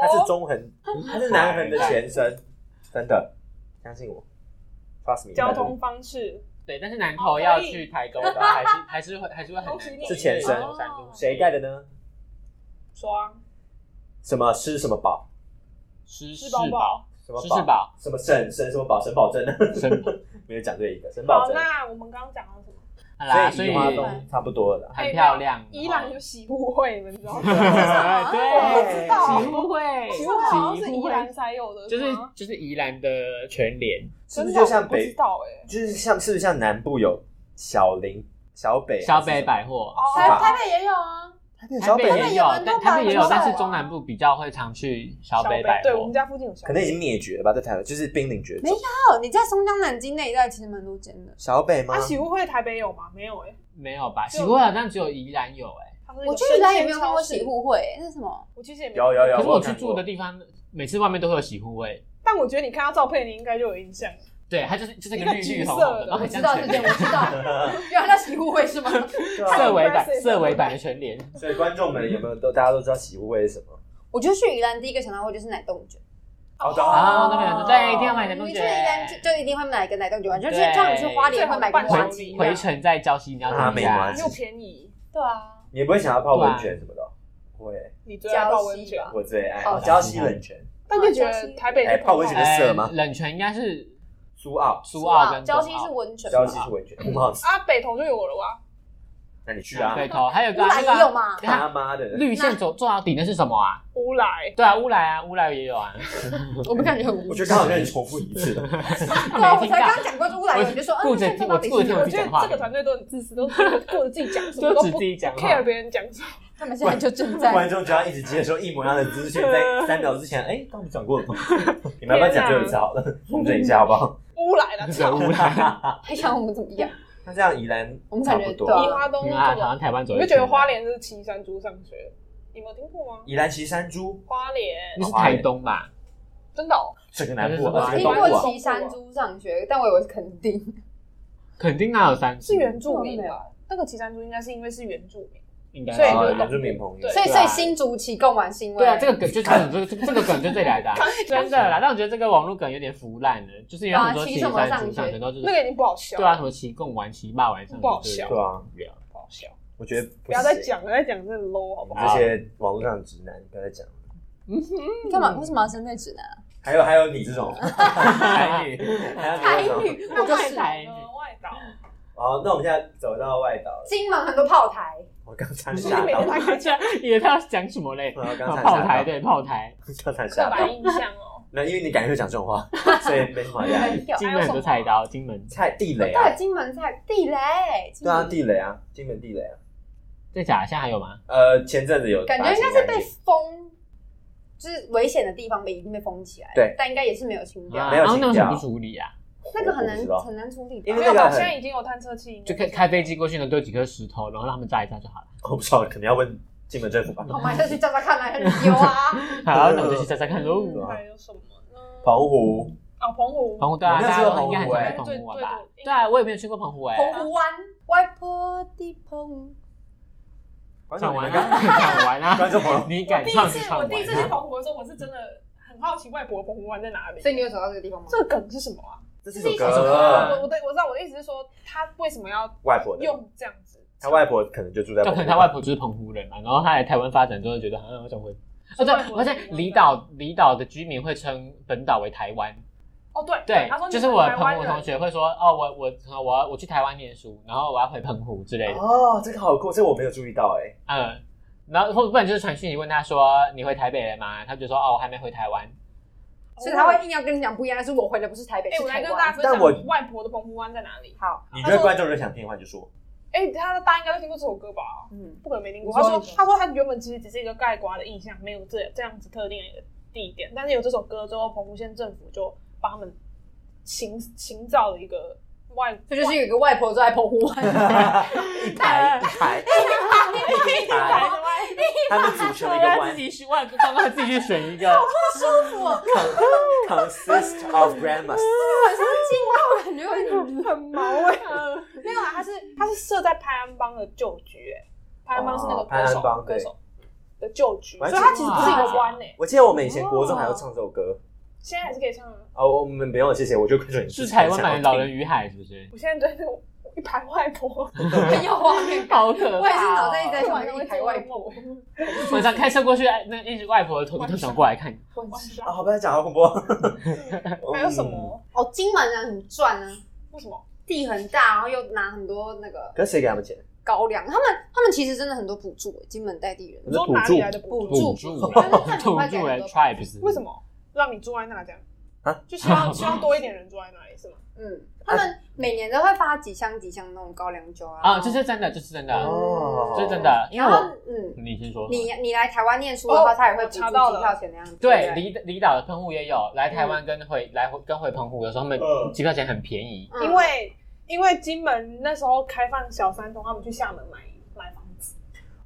Speaker 2: 它是
Speaker 3: 哦，
Speaker 2: 中横，它是南横的前身，真的，相信我，trust me，
Speaker 3: 交通方式，
Speaker 4: 对，但是南投要去台东的话，还是还是会还是会很难
Speaker 3: 恭喜
Speaker 4: 走
Speaker 3: 你，哦
Speaker 2: 是前身
Speaker 4: 因为走山路
Speaker 2: 谁盖的呢？
Speaker 3: 刷
Speaker 2: 什么吃什么宝，
Speaker 4: 吃
Speaker 3: 吃
Speaker 4: 世
Speaker 3: 饱饱。
Speaker 2: 什么
Speaker 4: 吃世 宝，
Speaker 2: 什么神神什么宝，神保证，
Speaker 4: 生
Speaker 2: 没有讲对一个神保
Speaker 3: 好，
Speaker 2: 证，
Speaker 3: 那我们刚刚讲到什么？
Speaker 4: 好啦，所
Speaker 2: 所
Speaker 4: 以
Speaker 2: 以移花东差不多了啦。
Speaker 4: 很漂亮。
Speaker 3: 哎
Speaker 4: 啊
Speaker 3: 宜兰有喜互会，你们知道吗？
Speaker 4: 然后
Speaker 3: 哦我知道
Speaker 1: 欸
Speaker 4: 对，物会，
Speaker 3: 喜互会好像是
Speaker 4: 喜
Speaker 3: 宜
Speaker 4: 互
Speaker 3: 兰
Speaker 4: 会
Speaker 3: 才有的，
Speaker 4: 就是
Speaker 3: 吗
Speaker 4: 就是宜兰的全联，
Speaker 2: 是不是
Speaker 3: 真的
Speaker 2: 就像
Speaker 3: 我不知
Speaker 2: 北，
Speaker 3: 道哎，
Speaker 2: 就是像是不是像南部有小林、小北、
Speaker 4: 小北百货
Speaker 3: 哦。
Speaker 1: 台
Speaker 2: 吧
Speaker 1: 台北也有啊，
Speaker 2: 台北有
Speaker 4: 台
Speaker 2: 小
Speaker 4: 北
Speaker 2: 北
Speaker 4: 也有，但台北也有，
Speaker 1: 小北百货
Speaker 4: 但是中南部比较会常去小北百
Speaker 3: 对我
Speaker 4: 货
Speaker 3: 们。家附近有小北，
Speaker 2: 可能已经灭绝了吧，在台湾就是濒临绝
Speaker 1: 没
Speaker 2: 种
Speaker 1: 有。哦你在松江南京那一带其实蛮多间的。
Speaker 2: 小北吗
Speaker 3: 啊，？喜互会台北有吗？没有哎，
Speaker 4: 没有吧？
Speaker 3: 就
Speaker 4: 喜会好像只有宜兰有哎，
Speaker 3: 它是一个
Speaker 1: 我去宜兰也没有
Speaker 3: 生鲜
Speaker 1: 看过
Speaker 3: 超市
Speaker 1: 喜，互会欸，那是什么？
Speaker 3: 我其实也没
Speaker 2: 有有有
Speaker 4: 可
Speaker 2: 对啊
Speaker 4: 是
Speaker 2: 我
Speaker 4: 我
Speaker 2: 有
Speaker 4: 去
Speaker 2: 看过
Speaker 4: 住的地方，每次外面都会有喜护味。
Speaker 3: 但我觉得你看到照片，你应该就有印象。
Speaker 4: 对，它就是就是
Speaker 3: 一
Speaker 4: 一
Speaker 3: 个
Speaker 4: 个绿
Speaker 3: 橘
Speaker 4: 绿
Speaker 3: 色
Speaker 4: 红红
Speaker 3: 的
Speaker 4: 的，然后
Speaker 1: 我
Speaker 4: 很
Speaker 1: 知
Speaker 4: 像
Speaker 1: 道这
Speaker 4: 全
Speaker 1: 件，我知道，原来那喜互会是吗？
Speaker 4: 色违版
Speaker 3: Impressive
Speaker 4: 色违版的全联。
Speaker 2: 所以观众们有没有都大家都知道喜屋味是什么？
Speaker 1: 我觉得去宜兰第一个想到会就是奶冻卷，
Speaker 2: 好的
Speaker 4: 啊，那边对，一定要买南
Speaker 1: 哦你
Speaker 4: 东
Speaker 1: 去宜兰就
Speaker 4: 卷。
Speaker 1: 就一定会买一个奶冻卷吧，就是
Speaker 4: 对
Speaker 1: 像你去花莲会买个花
Speaker 3: 回
Speaker 1: 鸡
Speaker 3: 一
Speaker 1: 一
Speaker 3: 样
Speaker 1: 样，
Speaker 4: 回程在礁溪，你要
Speaker 2: 啊
Speaker 4: 怎么
Speaker 2: 没
Speaker 4: 样？
Speaker 2: 关系
Speaker 3: 又便宜，
Speaker 1: 对啊，
Speaker 2: 你不会想要泡温泉什么的哦？不会，
Speaker 3: 你最爱泡温泉
Speaker 1: 礁溪，吧
Speaker 2: 我最爱
Speaker 1: 哦
Speaker 2: 礁溪冷泉，
Speaker 3: 但就觉得台北
Speaker 2: 哎泡温泉的
Speaker 4: 哎
Speaker 2: 色吗
Speaker 4: 冷泉应该是
Speaker 2: 苏澳，
Speaker 4: 苏澳跟
Speaker 1: 礁溪是
Speaker 4: 我
Speaker 1: 温泉吧，
Speaker 2: 礁溪是温泉，很好吃。
Speaker 3: 啊，北投就有了哇，
Speaker 2: 那你去啊，
Speaker 4: 对头，还有一个
Speaker 1: 乌来
Speaker 4: 那
Speaker 1: 也有
Speaker 4: 个
Speaker 1: 嘛？
Speaker 2: 他妈的，
Speaker 4: 绿线走坐到底，那是什么啊？
Speaker 3: 乌 来。
Speaker 4: 对啊，乌来啊，乌来也有啊。
Speaker 1: 我们感 觉很无
Speaker 2: 我觉得刚好让你重复一次了。
Speaker 1: 对啊，我
Speaker 4: 没听
Speaker 1: 才
Speaker 4: 到
Speaker 1: 刚讲过是乌来有，你就说，
Speaker 4: 顾
Speaker 1: 嗯，
Speaker 4: 着
Speaker 1: 这
Speaker 4: 听
Speaker 1: 到底
Speaker 4: 我顾着
Speaker 1: 是
Speaker 4: 听
Speaker 1: 什
Speaker 4: 我
Speaker 1: 么
Speaker 3: 我？觉得这个团队都很自私，都是顾着自己讲什么，
Speaker 4: 就
Speaker 3: 都
Speaker 4: 只
Speaker 3: 不
Speaker 4: 自己讲话
Speaker 3: care 别人讲什么。
Speaker 1: 他们现在就正在，
Speaker 2: 观众只要一直接收一模一样的资讯，在三秒之前，哎，刚不讲过了吗？你们要不要讲最后一次好了，统整一下好不好？
Speaker 3: 乌来 了，
Speaker 4: 在
Speaker 3: 操！
Speaker 4: 乌来，
Speaker 1: 还想我们怎么样？
Speaker 2: 那这样宜兰
Speaker 1: 我们
Speaker 2: 差
Speaker 1: 感
Speaker 2: 不
Speaker 1: 觉
Speaker 2: 多
Speaker 1: 对
Speaker 3: 移
Speaker 1: 啊
Speaker 2: 了。
Speaker 3: 花东
Speaker 4: 你们
Speaker 3: 那
Speaker 4: 啊，台
Speaker 3: 种，
Speaker 4: 湾台湾走
Speaker 3: 你
Speaker 4: 一圈。
Speaker 3: 就觉得花莲是骑山猪上学，你没有听过吗？
Speaker 2: 宜兰骑山猪，
Speaker 3: 花莲
Speaker 4: 那是台东吧？
Speaker 3: 真的哦，
Speaker 2: 整个南部，
Speaker 4: 还
Speaker 2: 啊，
Speaker 4: 是
Speaker 2: 整
Speaker 1: 听
Speaker 2: 个东部
Speaker 1: 过
Speaker 2: 啊，
Speaker 1: 岐山猪上学，但我以为是垦丁，
Speaker 4: 肯定那有三
Speaker 3: 是原住民吧？那个骑山猪应该是因为是原住民，
Speaker 4: 应该
Speaker 3: 所以
Speaker 2: 啊
Speaker 3: 就
Speaker 2: 原住民朋友
Speaker 3: 对。
Speaker 1: 所以
Speaker 4: 对
Speaker 1: 所
Speaker 4: 啊
Speaker 1: 以新竹起贡丸是因为
Speaker 4: 对啊，这个梗就这个这个这个梗就这里来的 啊，真的啦。但我觉得这个网络梗有点腐烂了，就是有很多
Speaker 1: 对啊
Speaker 4: 骑
Speaker 1: 骑什么
Speaker 4: 山族
Speaker 1: 上
Speaker 4: 上
Speaker 1: 学
Speaker 4: 全都就是
Speaker 3: 那个已经不好笑
Speaker 4: 对
Speaker 3: 了，
Speaker 4: 啊，什么骑贡丸、骑霸丸上
Speaker 3: 不好
Speaker 4: 就是
Speaker 3: 笑
Speaker 2: 对啊，
Speaker 3: 不好笑。
Speaker 2: 我觉得不
Speaker 3: 不要再
Speaker 2: 行，
Speaker 3: 讲了，再讲真的 low 好
Speaker 2: 我
Speaker 3: 不好？
Speaker 2: 们这些网络上的直男不要再讲了。
Speaker 1: 你干嘛？为什么要针对直男啊？
Speaker 2: 还有还有你这种台女，还
Speaker 4: 啊
Speaker 2: 有你这
Speaker 1: 女，
Speaker 2: 种。
Speaker 4: 我
Speaker 1: 我就
Speaker 4: 就
Speaker 1: 是是
Speaker 4: 台
Speaker 3: 呃外岛，
Speaker 2: 好，那我们现在走到外岛了。
Speaker 1: 金门很多炮台，
Speaker 2: 我刚才
Speaker 4: 女，
Speaker 2: 吓到，
Speaker 4: 大家以为他要讲什么嘞？
Speaker 2: 我刚才
Speaker 4: 炮台
Speaker 2: 吓到，
Speaker 4: 对炮台，
Speaker 2: 刚才
Speaker 3: 刻
Speaker 2: 吓
Speaker 3: 板
Speaker 2: 到。
Speaker 3: 印象哦。
Speaker 2: 那因为你感觉会讲这种话，所以没什么压力。
Speaker 1: 门跳，
Speaker 4: 哎金门很多菜刀，金门
Speaker 2: 菜地雷啊
Speaker 1: 对，，金门菜地雷，
Speaker 2: 对啊，地雷啊，金门地雷啊。
Speaker 4: 再讲一下还有吗？
Speaker 2: 呃，前阵子有
Speaker 1: 感觉
Speaker 2: 把它
Speaker 1: 应该
Speaker 2: 清
Speaker 1: 是被
Speaker 2: 干净
Speaker 1: 封，就是危险的地方被一定被封起来，
Speaker 2: 对，
Speaker 1: 但应该也是没有清掉
Speaker 4: 啊，
Speaker 2: 没有
Speaker 4: 然后那
Speaker 2: 请
Speaker 4: 为什么
Speaker 2: 假
Speaker 4: 不处理啊？
Speaker 1: 那个很
Speaker 2: 我不
Speaker 1: 难
Speaker 2: 知道
Speaker 1: 很难处理吧，
Speaker 2: 因为那
Speaker 3: 没有
Speaker 2: 个
Speaker 3: 吧？
Speaker 2: 很
Speaker 3: 现在已经有探测器，
Speaker 4: 就开开飞机过去呢，丢几颗石头，然后让他们炸一炸就 好了。
Speaker 2: 我不知道，可能要问金门政府吧。
Speaker 1: 我买下去照照看啊，有 啊，
Speaker 4: 好，那我就去再再看喽。
Speaker 3: 嗯还有什么呢？
Speaker 2: 澎湖，
Speaker 3: 啊，澎湖，
Speaker 4: 澎湖对啊，
Speaker 2: 我没有
Speaker 4: 大
Speaker 2: 去
Speaker 4: 家
Speaker 2: 过
Speaker 4: 都应该很
Speaker 2: 澎
Speaker 4: 想
Speaker 2: 湖欸
Speaker 4: 去澎湖玩
Speaker 3: 对
Speaker 4: 吧
Speaker 3: 对？对
Speaker 4: 对啊，我也没有去过澎湖哎。
Speaker 1: 澎湖湾，外婆的澎，
Speaker 2: 观
Speaker 4: 唱
Speaker 2: 众你
Speaker 4: 完
Speaker 2: 们
Speaker 4: 啊，
Speaker 2: 刚
Speaker 4: 唱完啊，
Speaker 2: 观众朋友，
Speaker 4: 你
Speaker 3: 我
Speaker 4: 敢
Speaker 3: 第
Speaker 4: 唱
Speaker 3: 一
Speaker 4: 就
Speaker 3: 次
Speaker 4: 唱
Speaker 3: 我
Speaker 4: 完
Speaker 3: 第一次去
Speaker 4: 啊。
Speaker 3: 澎湖的时候，我是真的很很好奇外婆的澎湖湾在哪里。
Speaker 1: 所以你有走到这个地方吗？
Speaker 3: 这个梗是什么啊？
Speaker 2: 这是
Speaker 1: 是
Speaker 2: 一首
Speaker 1: 一首歌
Speaker 2: 歌，
Speaker 3: 我我对我知道我的意思是说，他为什么要
Speaker 2: 外婆的，
Speaker 3: 用这样子？
Speaker 2: 他外婆可能就住在
Speaker 4: 就
Speaker 2: 澎
Speaker 4: 可
Speaker 2: 湖
Speaker 4: 能他外婆就是澎湖人嘛，然后他来台湾发展之后，觉得好啊像我想回。哦，对，而且离岛离岛的居民会称本岛为台湾，
Speaker 3: 哦，对
Speaker 4: 对
Speaker 3: 他说，你
Speaker 4: 就
Speaker 3: 们
Speaker 4: 是我
Speaker 3: 台
Speaker 4: 澎
Speaker 3: 湾
Speaker 4: 湖
Speaker 3: 人
Speaker 4: 同学会说，哦，我我我要我去台湾念书，然后我要回澎湖之类的，
Speaker 2: 哦，这个好酷，这个我没有注意到哎、
Speaker 4: 嗯，然后或不然就是传讯息问他说你回台北了吗？他就说哦，我还没回台湾，
Speaker 1: 所以他会硬要跟你讲不一样，但是我回的不是台北，
Speaker 3: 哎，
Speaker 1: 是
Speaker 3: 我来
Speaker 1: 台
Speaker 3: 跟大家
Speaker 1: 湾。
Speaker 3: 分
Speaker 2: 但我
Speaker 3: 享外婆的澎湖湾在哪里。
Speaker 1: 好，
Speaker 2: 你觉得观众就想听的话就 说，
Speaker 3: 哎，他大家应该都听过这首歌吧？
Speaker 1: 嗯，
Speaker 3: 不可能没听过。
Speaker 1: 你
Speaker 3: 他
Speaker 1: 说
Speaker 3: 说
Speaker 1: 你说
Speaker 3: 他说他原本其实只是一个盖瓜的印象，没有这这样子特定的一个地点，但是有这首歌之后，澎湖县政府就帮他们行行造了一个外，
Speaker 1: 这就是有一个外婆住在澎湖 湾，
Speaker 2: 一排一排 一排，他们组成了一个
Speaker 4: 他
Speaker 2: 湾
Speaker 4: 自己去外刚刚自己去选 一个，
Speaker 2: ，consist of grandmas。
Speaker 1: 我真的惊到，感觉有点
Speaker 3: 很 毛哎、没有啊，他是他是设在拍安邦的旧局、欸，拍安邦是那个
Speaker 2: 哦拍安
Speaker 3: 歌手、
Speaker 2: 邦对
Speaker 3: 歌手的旧局，
Speaker 2: 完
Speaker 3: 所以
Speaker 2: 全
Speaker 3: 他其实不是一个湾哎、
Speaker 2: 我记得我们以前国中还要唱这首歌，
Speaker 3: 现在还是可以唱啊。
Speaker 2: 哦，我们不用，谢谢，我就观众也
Speaker 4: 是台湾
Speaker 2: 想要
Speaker 4: 版的《老
Speaker 2: 听
Speaker 4: 人与海》是不是？
Speaker 3: 我现在对那种一排外婆，
Speaker 1: 很有画面感。
Speaker 4: 好可
Speaker 1: 我也
Speaker 4: 怕！哦
Speaker 1: 是脑袋一直在
Speaker 3: 晚
Speaker 1: 想
Speaker 3: 上
Speaker 1: 一排外婆，
Speaker 3: 婆，
Speaker 4: 晚上开车过去，哎那一直外婆的头都转过来看你。
Speaker 3: 晚上
Speaker 2: 啊，好，不嗯要讲到洪波，
Speaker 3: 还有什？么？
Speaker 5: 哦，金门人很赚啊，
Speaker 3: 为什么？
Speaker 5: 地很大，然后又拿很多那个
Speaker 2: 可是谁给他们钱？
Speaker 5: 高粱，他们他们其实真的很多补助，欸金门在地人
Speaker 2: 我
Speaker 3: 你
Speaker 2: 说
Speaker 3: 说哪里来的补
Speaker 5: 助
Speaker 4: 土著
Speaker 5: 真的很
Speaker 4: 土
Speaker 5: 快
Speaker 4: 著
Speaker 5: 给很
Speaker 4: 的
Speaker 5: 多
Speaker 4: tribes，
Speaker 3: 为什？么让你住在那这样？
Speaker 2: 啊，
Speaker 3: 就希 望希望多一点人住在那里是吗？
Speaker 5: 嗯，他们每年都会发几箱几箱那种高粱酒啊。
Speaker 4: 啊，这是真的，这是真的，
Speaker 2: 哦
Speaker 4: 啊这是真的，因为
Speaker 5: 然后
Speaker 4: 我
Speaker 5: 嗯，
Speaker 4: 你先说。
Speaker 5: 你你来台湾念书的话，
Speaker 3: 哦
Speaker 5: 他也会补助
Speaker 3: 查到了
Speaker 5: 机票钱那样子。
Speaker 4: 对
Speaker 5: 不
Speaker 4: 离离岛的澎湖也有，来台湾跟回来回跟回澎湖，有时候他们
Speaker 2: 嗯
Speaker 4: 机票钱很便宜。
Speaker 5: 嗯
Speaker 3: 因为因为金门那时候开放小三通，他们去厦门买买房子，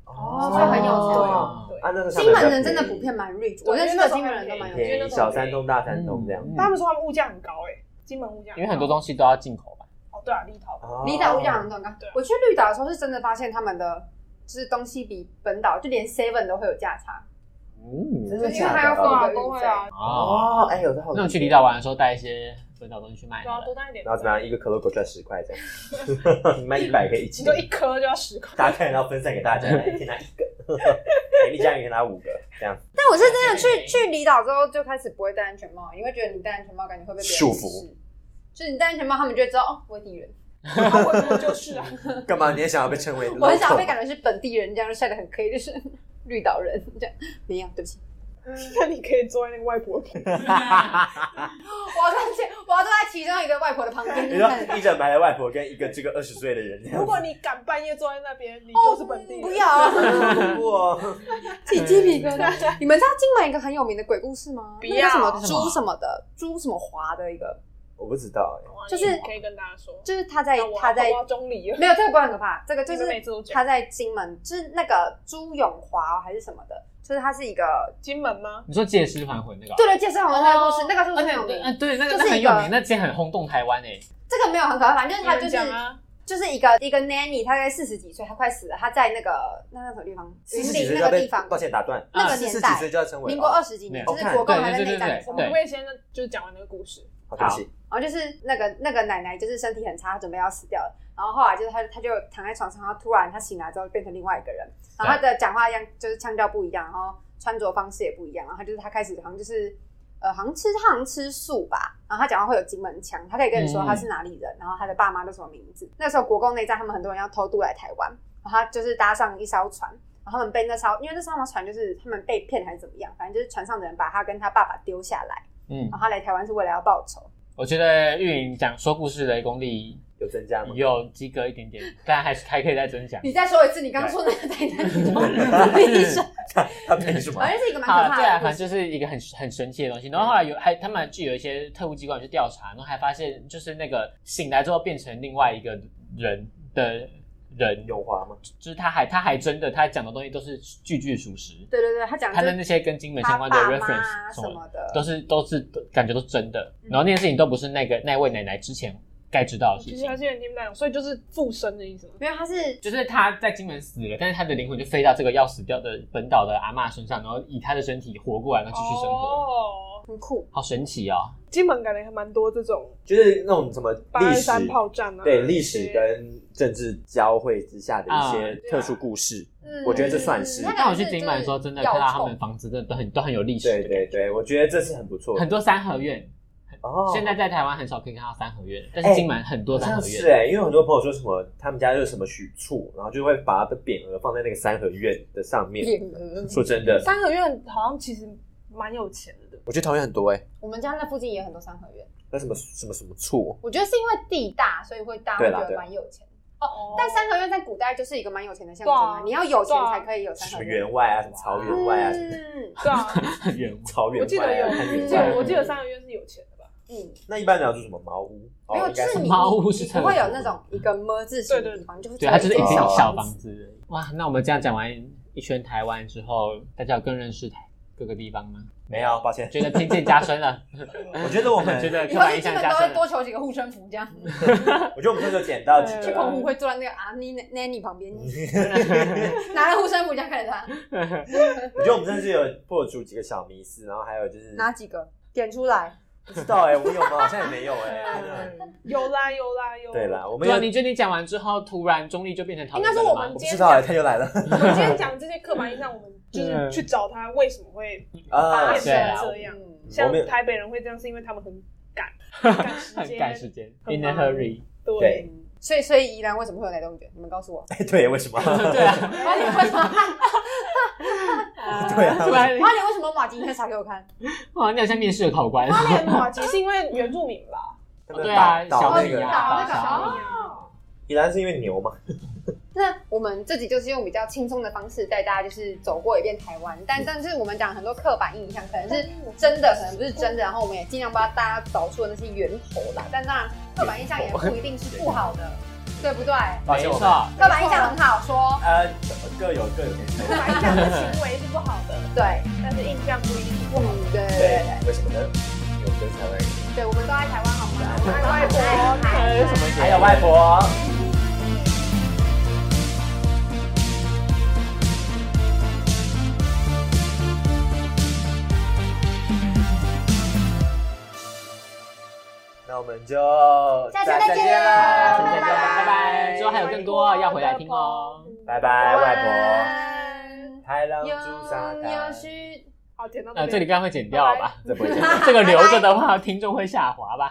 Speaker 5: 哦所以很有钱
Speaker 1: 哦
Speaker 2: 啊，
Speaker 3: 对。
Speaker 2: 那个
Speaker 5: 金门人真的普遍蛮 rich，我
Speaker 3: 对
Speaker 5: 认识的金门人都蛮有钱
Speaker 3: 因为
Speaker 2: 便
Speaker 3: 那
Speaker 2: 宜，
Speaker 3: 时候
Speaker 2: 小三通、大三通这样。
Speaker 4: 嗯
Speaker 3: 但他们说他们物价很高哎、金门物价高，
Speaker 4: 因为很多东西都要进口吧。
Speaker 3: 哦对啊，立陶宛
Speaker 2: 哦
Speaker 5: 离岛物价很短高
Speaker 3: 对啊。
Speaker 5: 我去绿岛的时候是真的发现他们的就是东西比本岛，就连 Seven 都会有价差。
Speaker 4: 嗯，
Speaker 2: 真的
Speaker 1: 因为
Speaker 2: 假
Speaker 1: 他要
Speaker 2: 的？
Speaker 1: 付啊
Speaker 3: 对啊都会啊，
Speaker 4: 哦，
Speaker 2: 哦，哎，有这好。
Speaker 4: 那我去离岛玩的时候带一些本岛东西去卖
Speaker 3: 对。啊，多带一点。
Speaker 2: 然后怎么样？一个可乐果赚十块这 样，你卖一百可以一
Speaker 3: 你
Speaker 2: 起
Speaker 3: 就，一颗就要十 块，
Speaker 2: 大家看，然后分散给大家，一天拿一个，每丽佳也可以拿五个，这样
Speaker 1: 但我是真的去去离岛之后就开始不会戴安全帽，你会觉得你戴安全帽感觉会被别人
Speaker 2: 束
Speaker 1: 歧
Speaker 2: 缚
Speaker 1: 视，就是你戴安全帽，他们就会知道哦，我是敌人。
Speaker 3: 然后我我就是啊，
Speaker 2: 干嘛？你也想要被称为？
Speaker 1: 我很想被感觉是本地人，这样就晒得很黑，就是 绿岛人这样。没有，对不起，
Speaker 3: 那你可以坐在那个外婆旁边，
Speaker 1: 我要站起，我要坐在其中一个外婆的旁 边。
Speaker 2: 你说一整排的外婆跟一个这个二十岁的人，这样
Speaker 3: 如
Speaker 2: 子
Speaker 3: 果你敢半夜坐在那边，你就是本地
Speaker 1: 哦
Speaker 3: 人。
Speaker 1: 不，要，
Speaker 2: 好恐怖哦！
Speaker 1: 起鸡皮疙瘩。你们知道金门一个很有名的鬼故事吗？
Speaker 3: 不
Speaker 1: 那个什么
Speaker 3: 要
Speaker 1: 猪什么的，猪什么华的一个，
Speaker 2: 我不知道哎，
Speaker 1: 就是
Speaker 3: 可以跟大家说，
Speaker 1: 就是他在
Speaker 3: 那我
Speaker 1: 他在
Speaker 3: 我要中离了，
Speaker 1: 没有这个不会很可怕，这个就
Speaker 3: 你
Speaker 1: 是
Speaker 3: 们每次都讲
Speaker 1: 他在金门，就是那个朱永华哦还是什么的，就是他是一个
Speaker 3: 金门吗？
Speaker 4: 你说借尸还魂那个？
Speaker 1: 对对，介绍我们那个故事，那个是不是很有名？
Speaker 4: 哦嗯，对，那个
Speaker 1: 就是
Speaker 4: 那很
Speaker 1: 一个
Speaker 4: 有名，那之前很轰动台湾欸诶。
Speaker 1: 这个没有很可怕，反正他就
Speaker 3: 你
Speaker 1: 是
Speaker 3: 们讲啊，
Speaker 1: 就是一个一个 nanny，她大概四十几岁，她快死了，她在那个那那什么地方，
Speaker 2: 四十
Speaker 1: 云
Speaker 2: 几
Speaker 1: 林
Speaker 2: 岁就
Speaker 1: 那
Speaker 2: 要
Speaker 1: 个
Speaker 2: 被
Speaker 1: 地方，
Speaker 2: 抱歉打哦断，啊
Speaker 1: 那个
Speaker 2: 四
Speaker 1: 年
Speaker 2: 十几
Speaker 1: 代
Speaker 2: 岁，就要成为
Speaker 1: 民国二十几年，
Speaker 4: 没
Speaker 1: 就
Speaker 4: 有
Speaker 1: 是国共还在内战的时候。
Speaker 4: 对
Speaker 3: 哦我们先就讲完那个故事，
Speaker 2: 好对不起，
Speaker 1: 然后就是那个那个奶奶就是身体很差，她准备要死掉了。然后后来就是她她就躺在床上，然后突然她醒来之后变成另外一个人，然后她的讲话样就是腔调不一样，然后穿着方式也不一样，然后她就是她开始好像就是呃好像吃她好像吃素吧，然后她讲话会有金门腔，她可以跟你说她是哪里人，然后她的爸妈都什么名字。那时候国共内战，他们很多人要偷渡来台湾，然后她就是搭上一艘船。然后他们被那艘，因为那艘船就是他们被骗还是怎么样，反正就是船上的人把她跟她爸爸丢下来，
Speaker 4: 嗯
Speaker 1: 然，后她来台湾是为了要报仇，
Speaker 4: 我觉得玉莹讲说故事的功力
Speaker 2: 有增加吗？
Speaker 4: 有及格一点 点，但还是还可以再增强。
Speaker 1: 你再说一次，你刚刚说那个在哪 里？医生，
Speaker 2: 他凭什么
Speaker 1: 反？正是一个蛮
Speaker 4: 好，
Speaker 1: 可
Speaker 4: 对
Speaker 1: 怕
Speaker 4: 啊，
Speaker 1: 的
Speaker 4: 反
Speaker 1: 故事。
Speaker 4: 正就是一个很很神奇的东西。然后后来有还他们就有一些特务机关去调查，然后还发现就是那个醒来之后变成另外一个人的人，
Speaker 2: 有花吗？
Speaker 4: 就是他还他还真的他讲的东西都是句句属实，
Speaker 1: 对对对，他讲
Speaker 4: 他的
Speaker 1: 的
Speaker 4: 那
Speaker 1: 是
Speaker 4: 些跟金门
Speaker 1: 他
Speaker 4: 相
Speaker 1: 爸
Speaker 4: 关
Speaker 1: 妈
Speaker 4: 的
Speaker 1: 啊
Speaker 4: reference
Speaker 1: 什
Speaker 4: 什么
Speaker 1: 么的，嗯
Speaker 4: 都是都是都感觉都是真的。然后那件事情都不是那个那位奶奶之前该知道的事
Speaker 3: 其实
Speaker 4: 情
Speaker 3: 他。现在听不太懂，所以就是附身的意思吗？
Speaker 1: 没有，他是
Speaker 4: 就是他在金门死了，但是他的灵魂就飞到这个要死掉的本岛的阿嬷身上，然后以他的身体活过来，然后继续生活。
Speaker 3: 哦，
Speaker 1: 很酷。
Speaker 4: 好神奇哦！
Speaker 3: 金门感觉还蛮多这种
Speaker 2: 就是那种什么
Speaker 3: 八
Speaker 2: 历
Speaker 3: 二
Speaker 2: 史
Speaker 3: 三炮战啊，
Speaker 2: 对
Speaker 3: 这些
Speaker 2: 历史跟政治交汇之下的一些
Speaker 4: 啊
Speaker 2: 特殊故事。
Speaker 5: 嗯
Speaker 2: 我觉得这算是
Speaker 5: 那感觉
Speaker 4: 但我去金门的时候，真的看到他
Speaker 5: 就是
Speaker 4: 们房子真的都很都很有历史
Speaker 2: 对
Speaker 4: 的感
Speaker 2: 对对，我觉得这是很不错的。
Speaker 4: 很多三合院。
Speaker 2: 哦，
Speaker 4: 现在在台湾很少可以看到三合院，但是金门很多
Speaker 2: 好
Speaker 4: 三
Speaker 2: 像
Speaker 4: 合
Speaker 2: 是
Speaker 4: 院。
Speaker 2: 哎、因为很多朋友说什么他们家就是什么许厝，然后就会把它的匾额放在那个三合院的上面。说真的，
Speaker 3: 三合院好像其实蛮有钱的，
Speaker 2: 我觉得桃园很多哎、
Speaker 5: 我们家那附近也有很多三合院，
Speaker 2: 那什么什么什么厝，
Speaker 5: 我觉得是因为地大，所以会大家
Speaker 2: 对
Speaker 5: 会
Speaker 2: 啦
Speaker 5: 觉
Speaker 2: 对
Speaker 5: 得
Speaker 2: 啦
Speaker 5: 蛮有钱的。
Speaker 3: 哦
Speaker 1: 但三合院在古代就是一个蛮有钱的象征啊
Speaker 3: 对啊，
Speaker 1: 你要有钱
Speaker 3: 对啊
Speaker 1: 才可以有三
Speaker 2: 什
Speaker 1: 合
Speaker 2: 么
Speaker 1: 院。
Speaker 2: 员外啊，什么曹员外啊，什么
Speaker 1: 嗯
Speaker 3: 对啊，
Speaker 4: 很远吗
Speaker 2: 曹员
Speaker 3: 我记
Speaker 2: 外
Speaker 3: 得有，
Speaker 2: 啊，汉
Speaker 3: 我
Speaker 2: 员
Speaker 3: 记
Speaker 2: 外
Speaker 3: 得
Speaker 2: 啊。
Speaker 3: 我记得三合院是有钱的吧？
Speaker 1: 嗯，
Speaker 2: 那一般你要住什么茅屋？哦
Speaker 1: 没有，
Speaker 2: 应
Speaker 1: 就
Speaker 2: 该
Speaker 1: 是你
Speaker 4: 猫屋是
Speaker 1: 你不会有那种一个么字形的地方，就是
Speaker 4: 对，它就是一
Speaker 1: 只
Speaker 4: 间
Speaker 1: 有
Speaker 2: 间
Speaker 4: 小
Speaker 1: 房
Speaker 4: 房。子。哇，那我们这样讲完一圈台湾之后，大家有更认识台各个地方吗？
Speaker 2: 没有，抱歉。
Speaker 4: 觉得偏见加深 了，
Speaker 2: 我觉得我 们
Speaker 4: 觉得
Speaker 1: 以
Speaker 4: 刻
Speaker 1: 后
Speaker 4: 板
Speaker 1: 去
Speaker 4: 印
Speaker 1: 基
Speaker 4: 象
Speaker 1: 本
Speaker 4: 加
Speaker 1: 都
Speaker 4: 深
Speaker 1: 会
Speaker 4: 了。
Speaker 1: 多求几个护身符，这样
Speaker 3: 啊
Speaker 2: 我觉得我们这就捡到几
Speaker 1: 去
Speaker 2: 个
Speaker 1: 澎湖
Speaker 2: 了。
Speaker 1: 会坐在那个阿妮 nanny 旁边，拿了护身符这样看着他，
Speaker 2: 我觉得我们真的是有破除几个小迷思，然后还有就是
Speaker 1: 拿几个点出来，
Speaker 2: 不知道哎、我有吗？好像也没有哎、真的
Speaker 3: 有啦有啦有，
Speaker 2: 对啦，我们
Speaker 4: 对啊，
Speaker 2: 有
Speaker 4: 你觉得你讲完之后，突然中立就变成讨
Speaker 3: 应
Speaker 4: 厌
Speaker 3: 该说
Speaker 4: 了
Speaker 3: 我
Speaker 4: 吗
Speaker 3: 们？
Speaker 2: 我不
Speaker 3: 今天
Speaker 2: 知道哎、他又来了
Speaker 3: 我们今天讲这些刻板印象，我们
Speaker 4: 嗯
Speaker 3: 就是去找他为什么会
Speaker 2: 啊
Speaker 3: 变成
Speaker 4: 对啊
Speaker 3: 这样。
Speaker 1: 嗯
Speaker 2: 我
Speaker 3: 像
Speaker 2: 们
Speaker 3: 台北人会这样，是因为他们很 赶，赶时
Speaker 4: 很
Speaker 3: 间，
Speaker 4: 赶时间
Speaker 3: 很
Speaker 4: ，in a
Speaker 3: 忙
Speaker 4: hurry。
Speaker 3: 对
Speaker 2: 对，
Speaker 1: 嗯所以所以宜兰为什么会有奶冻卷？你们告诉 我。
Speaker 2: 哎对，为什么？
Speaker 4: 对啊，
Speaker 1: 花莲为什么？
Speaker 2: 对啊
Speaker 4: 突然
Speaker 1: 花莲为什么马吉你可以查给我看？
Speaker 4: 哇，你好像面试的考官。
Speaker 3: 花莲马吉是因为原住民吧？
Speaker 2: 他们
Speaker 4: 对啊
Speaker 2: 倒倒
Speaker 4: 小
Speaker 2: 那
Speaker 4: 米
Speaker 2: 个
Speaker 4: 啊
Speaker 1: 打那个
Speaker 4: 小
Speaker 1: 小
Speaker 4: 米
Speaker 2: 宜兰是因为牛嘛？
Speaker 1: 那我们自己就是用比较轻松的方式带大家就是走过一遍台湾，但但是我们讲很多刻板印象，可能是 真的，可能不是真的，然后我们也尽量帮大家找出那些源头啦。但当然，刻板印象也不一定是不好的，对不对？
Speaker 4: 没
Speaker 2: 歉我
Speaker 4: 错，
Speaker 2: 们
Speaker 4: 好
Speaker 1: 刻板印象很好说，
Speaker 2: 呃，各有各有偏见。
Speaker 3: 刻板印象的行为是不好的，
Speaker 1: 对，
Speaker 3: 但是印象不一定是不
Speaker 1: 嗯
Speaker 3: 好的。，
Speaker 1: 对对
Speaker 2: 对
Speaker 1: 对，
Speaker 2: 为什么呢？因为我
Speaker 1: 对对，我
Speaker 2: 们跟台湾人，
Speaker 1: 们都在台湾好吗？我们
Speaker 3: 爱外婆，
Speaker 4: 还有什么？
Speaker 2: 还有外。婆。那我们就
Speaker 5: 下次
Speaker 2: 再
Speaker 5: 再见
Speaker 2: 啦
Speaker 4: 好，下
Speaker 5: 拜
Speaker 4: 次再见，
Speaker 5: 拜
Speaker 4: 拜拜。之后还有更多要回来听哦。
Speaker 3: 嗯
Speaker 2: 拜拜，外婆。
Speaker 1: 婆，
Speaker 2: 太郎
Speaker 1: 有
Speaker 2: 猪沙
Speaker 1: 有
Speaker 2: 滩，
Speaker 1: 需
Speaker 3: 好，剪到
Speaker 4: 呃，
Speaker 3: 边
Speaker 1: 啊
Speaker 4: 这里刚刚会剪掉吧？
Speaker 2: 这不会讲。
Speaker 4: 这个留着的话，听众会下滑吧？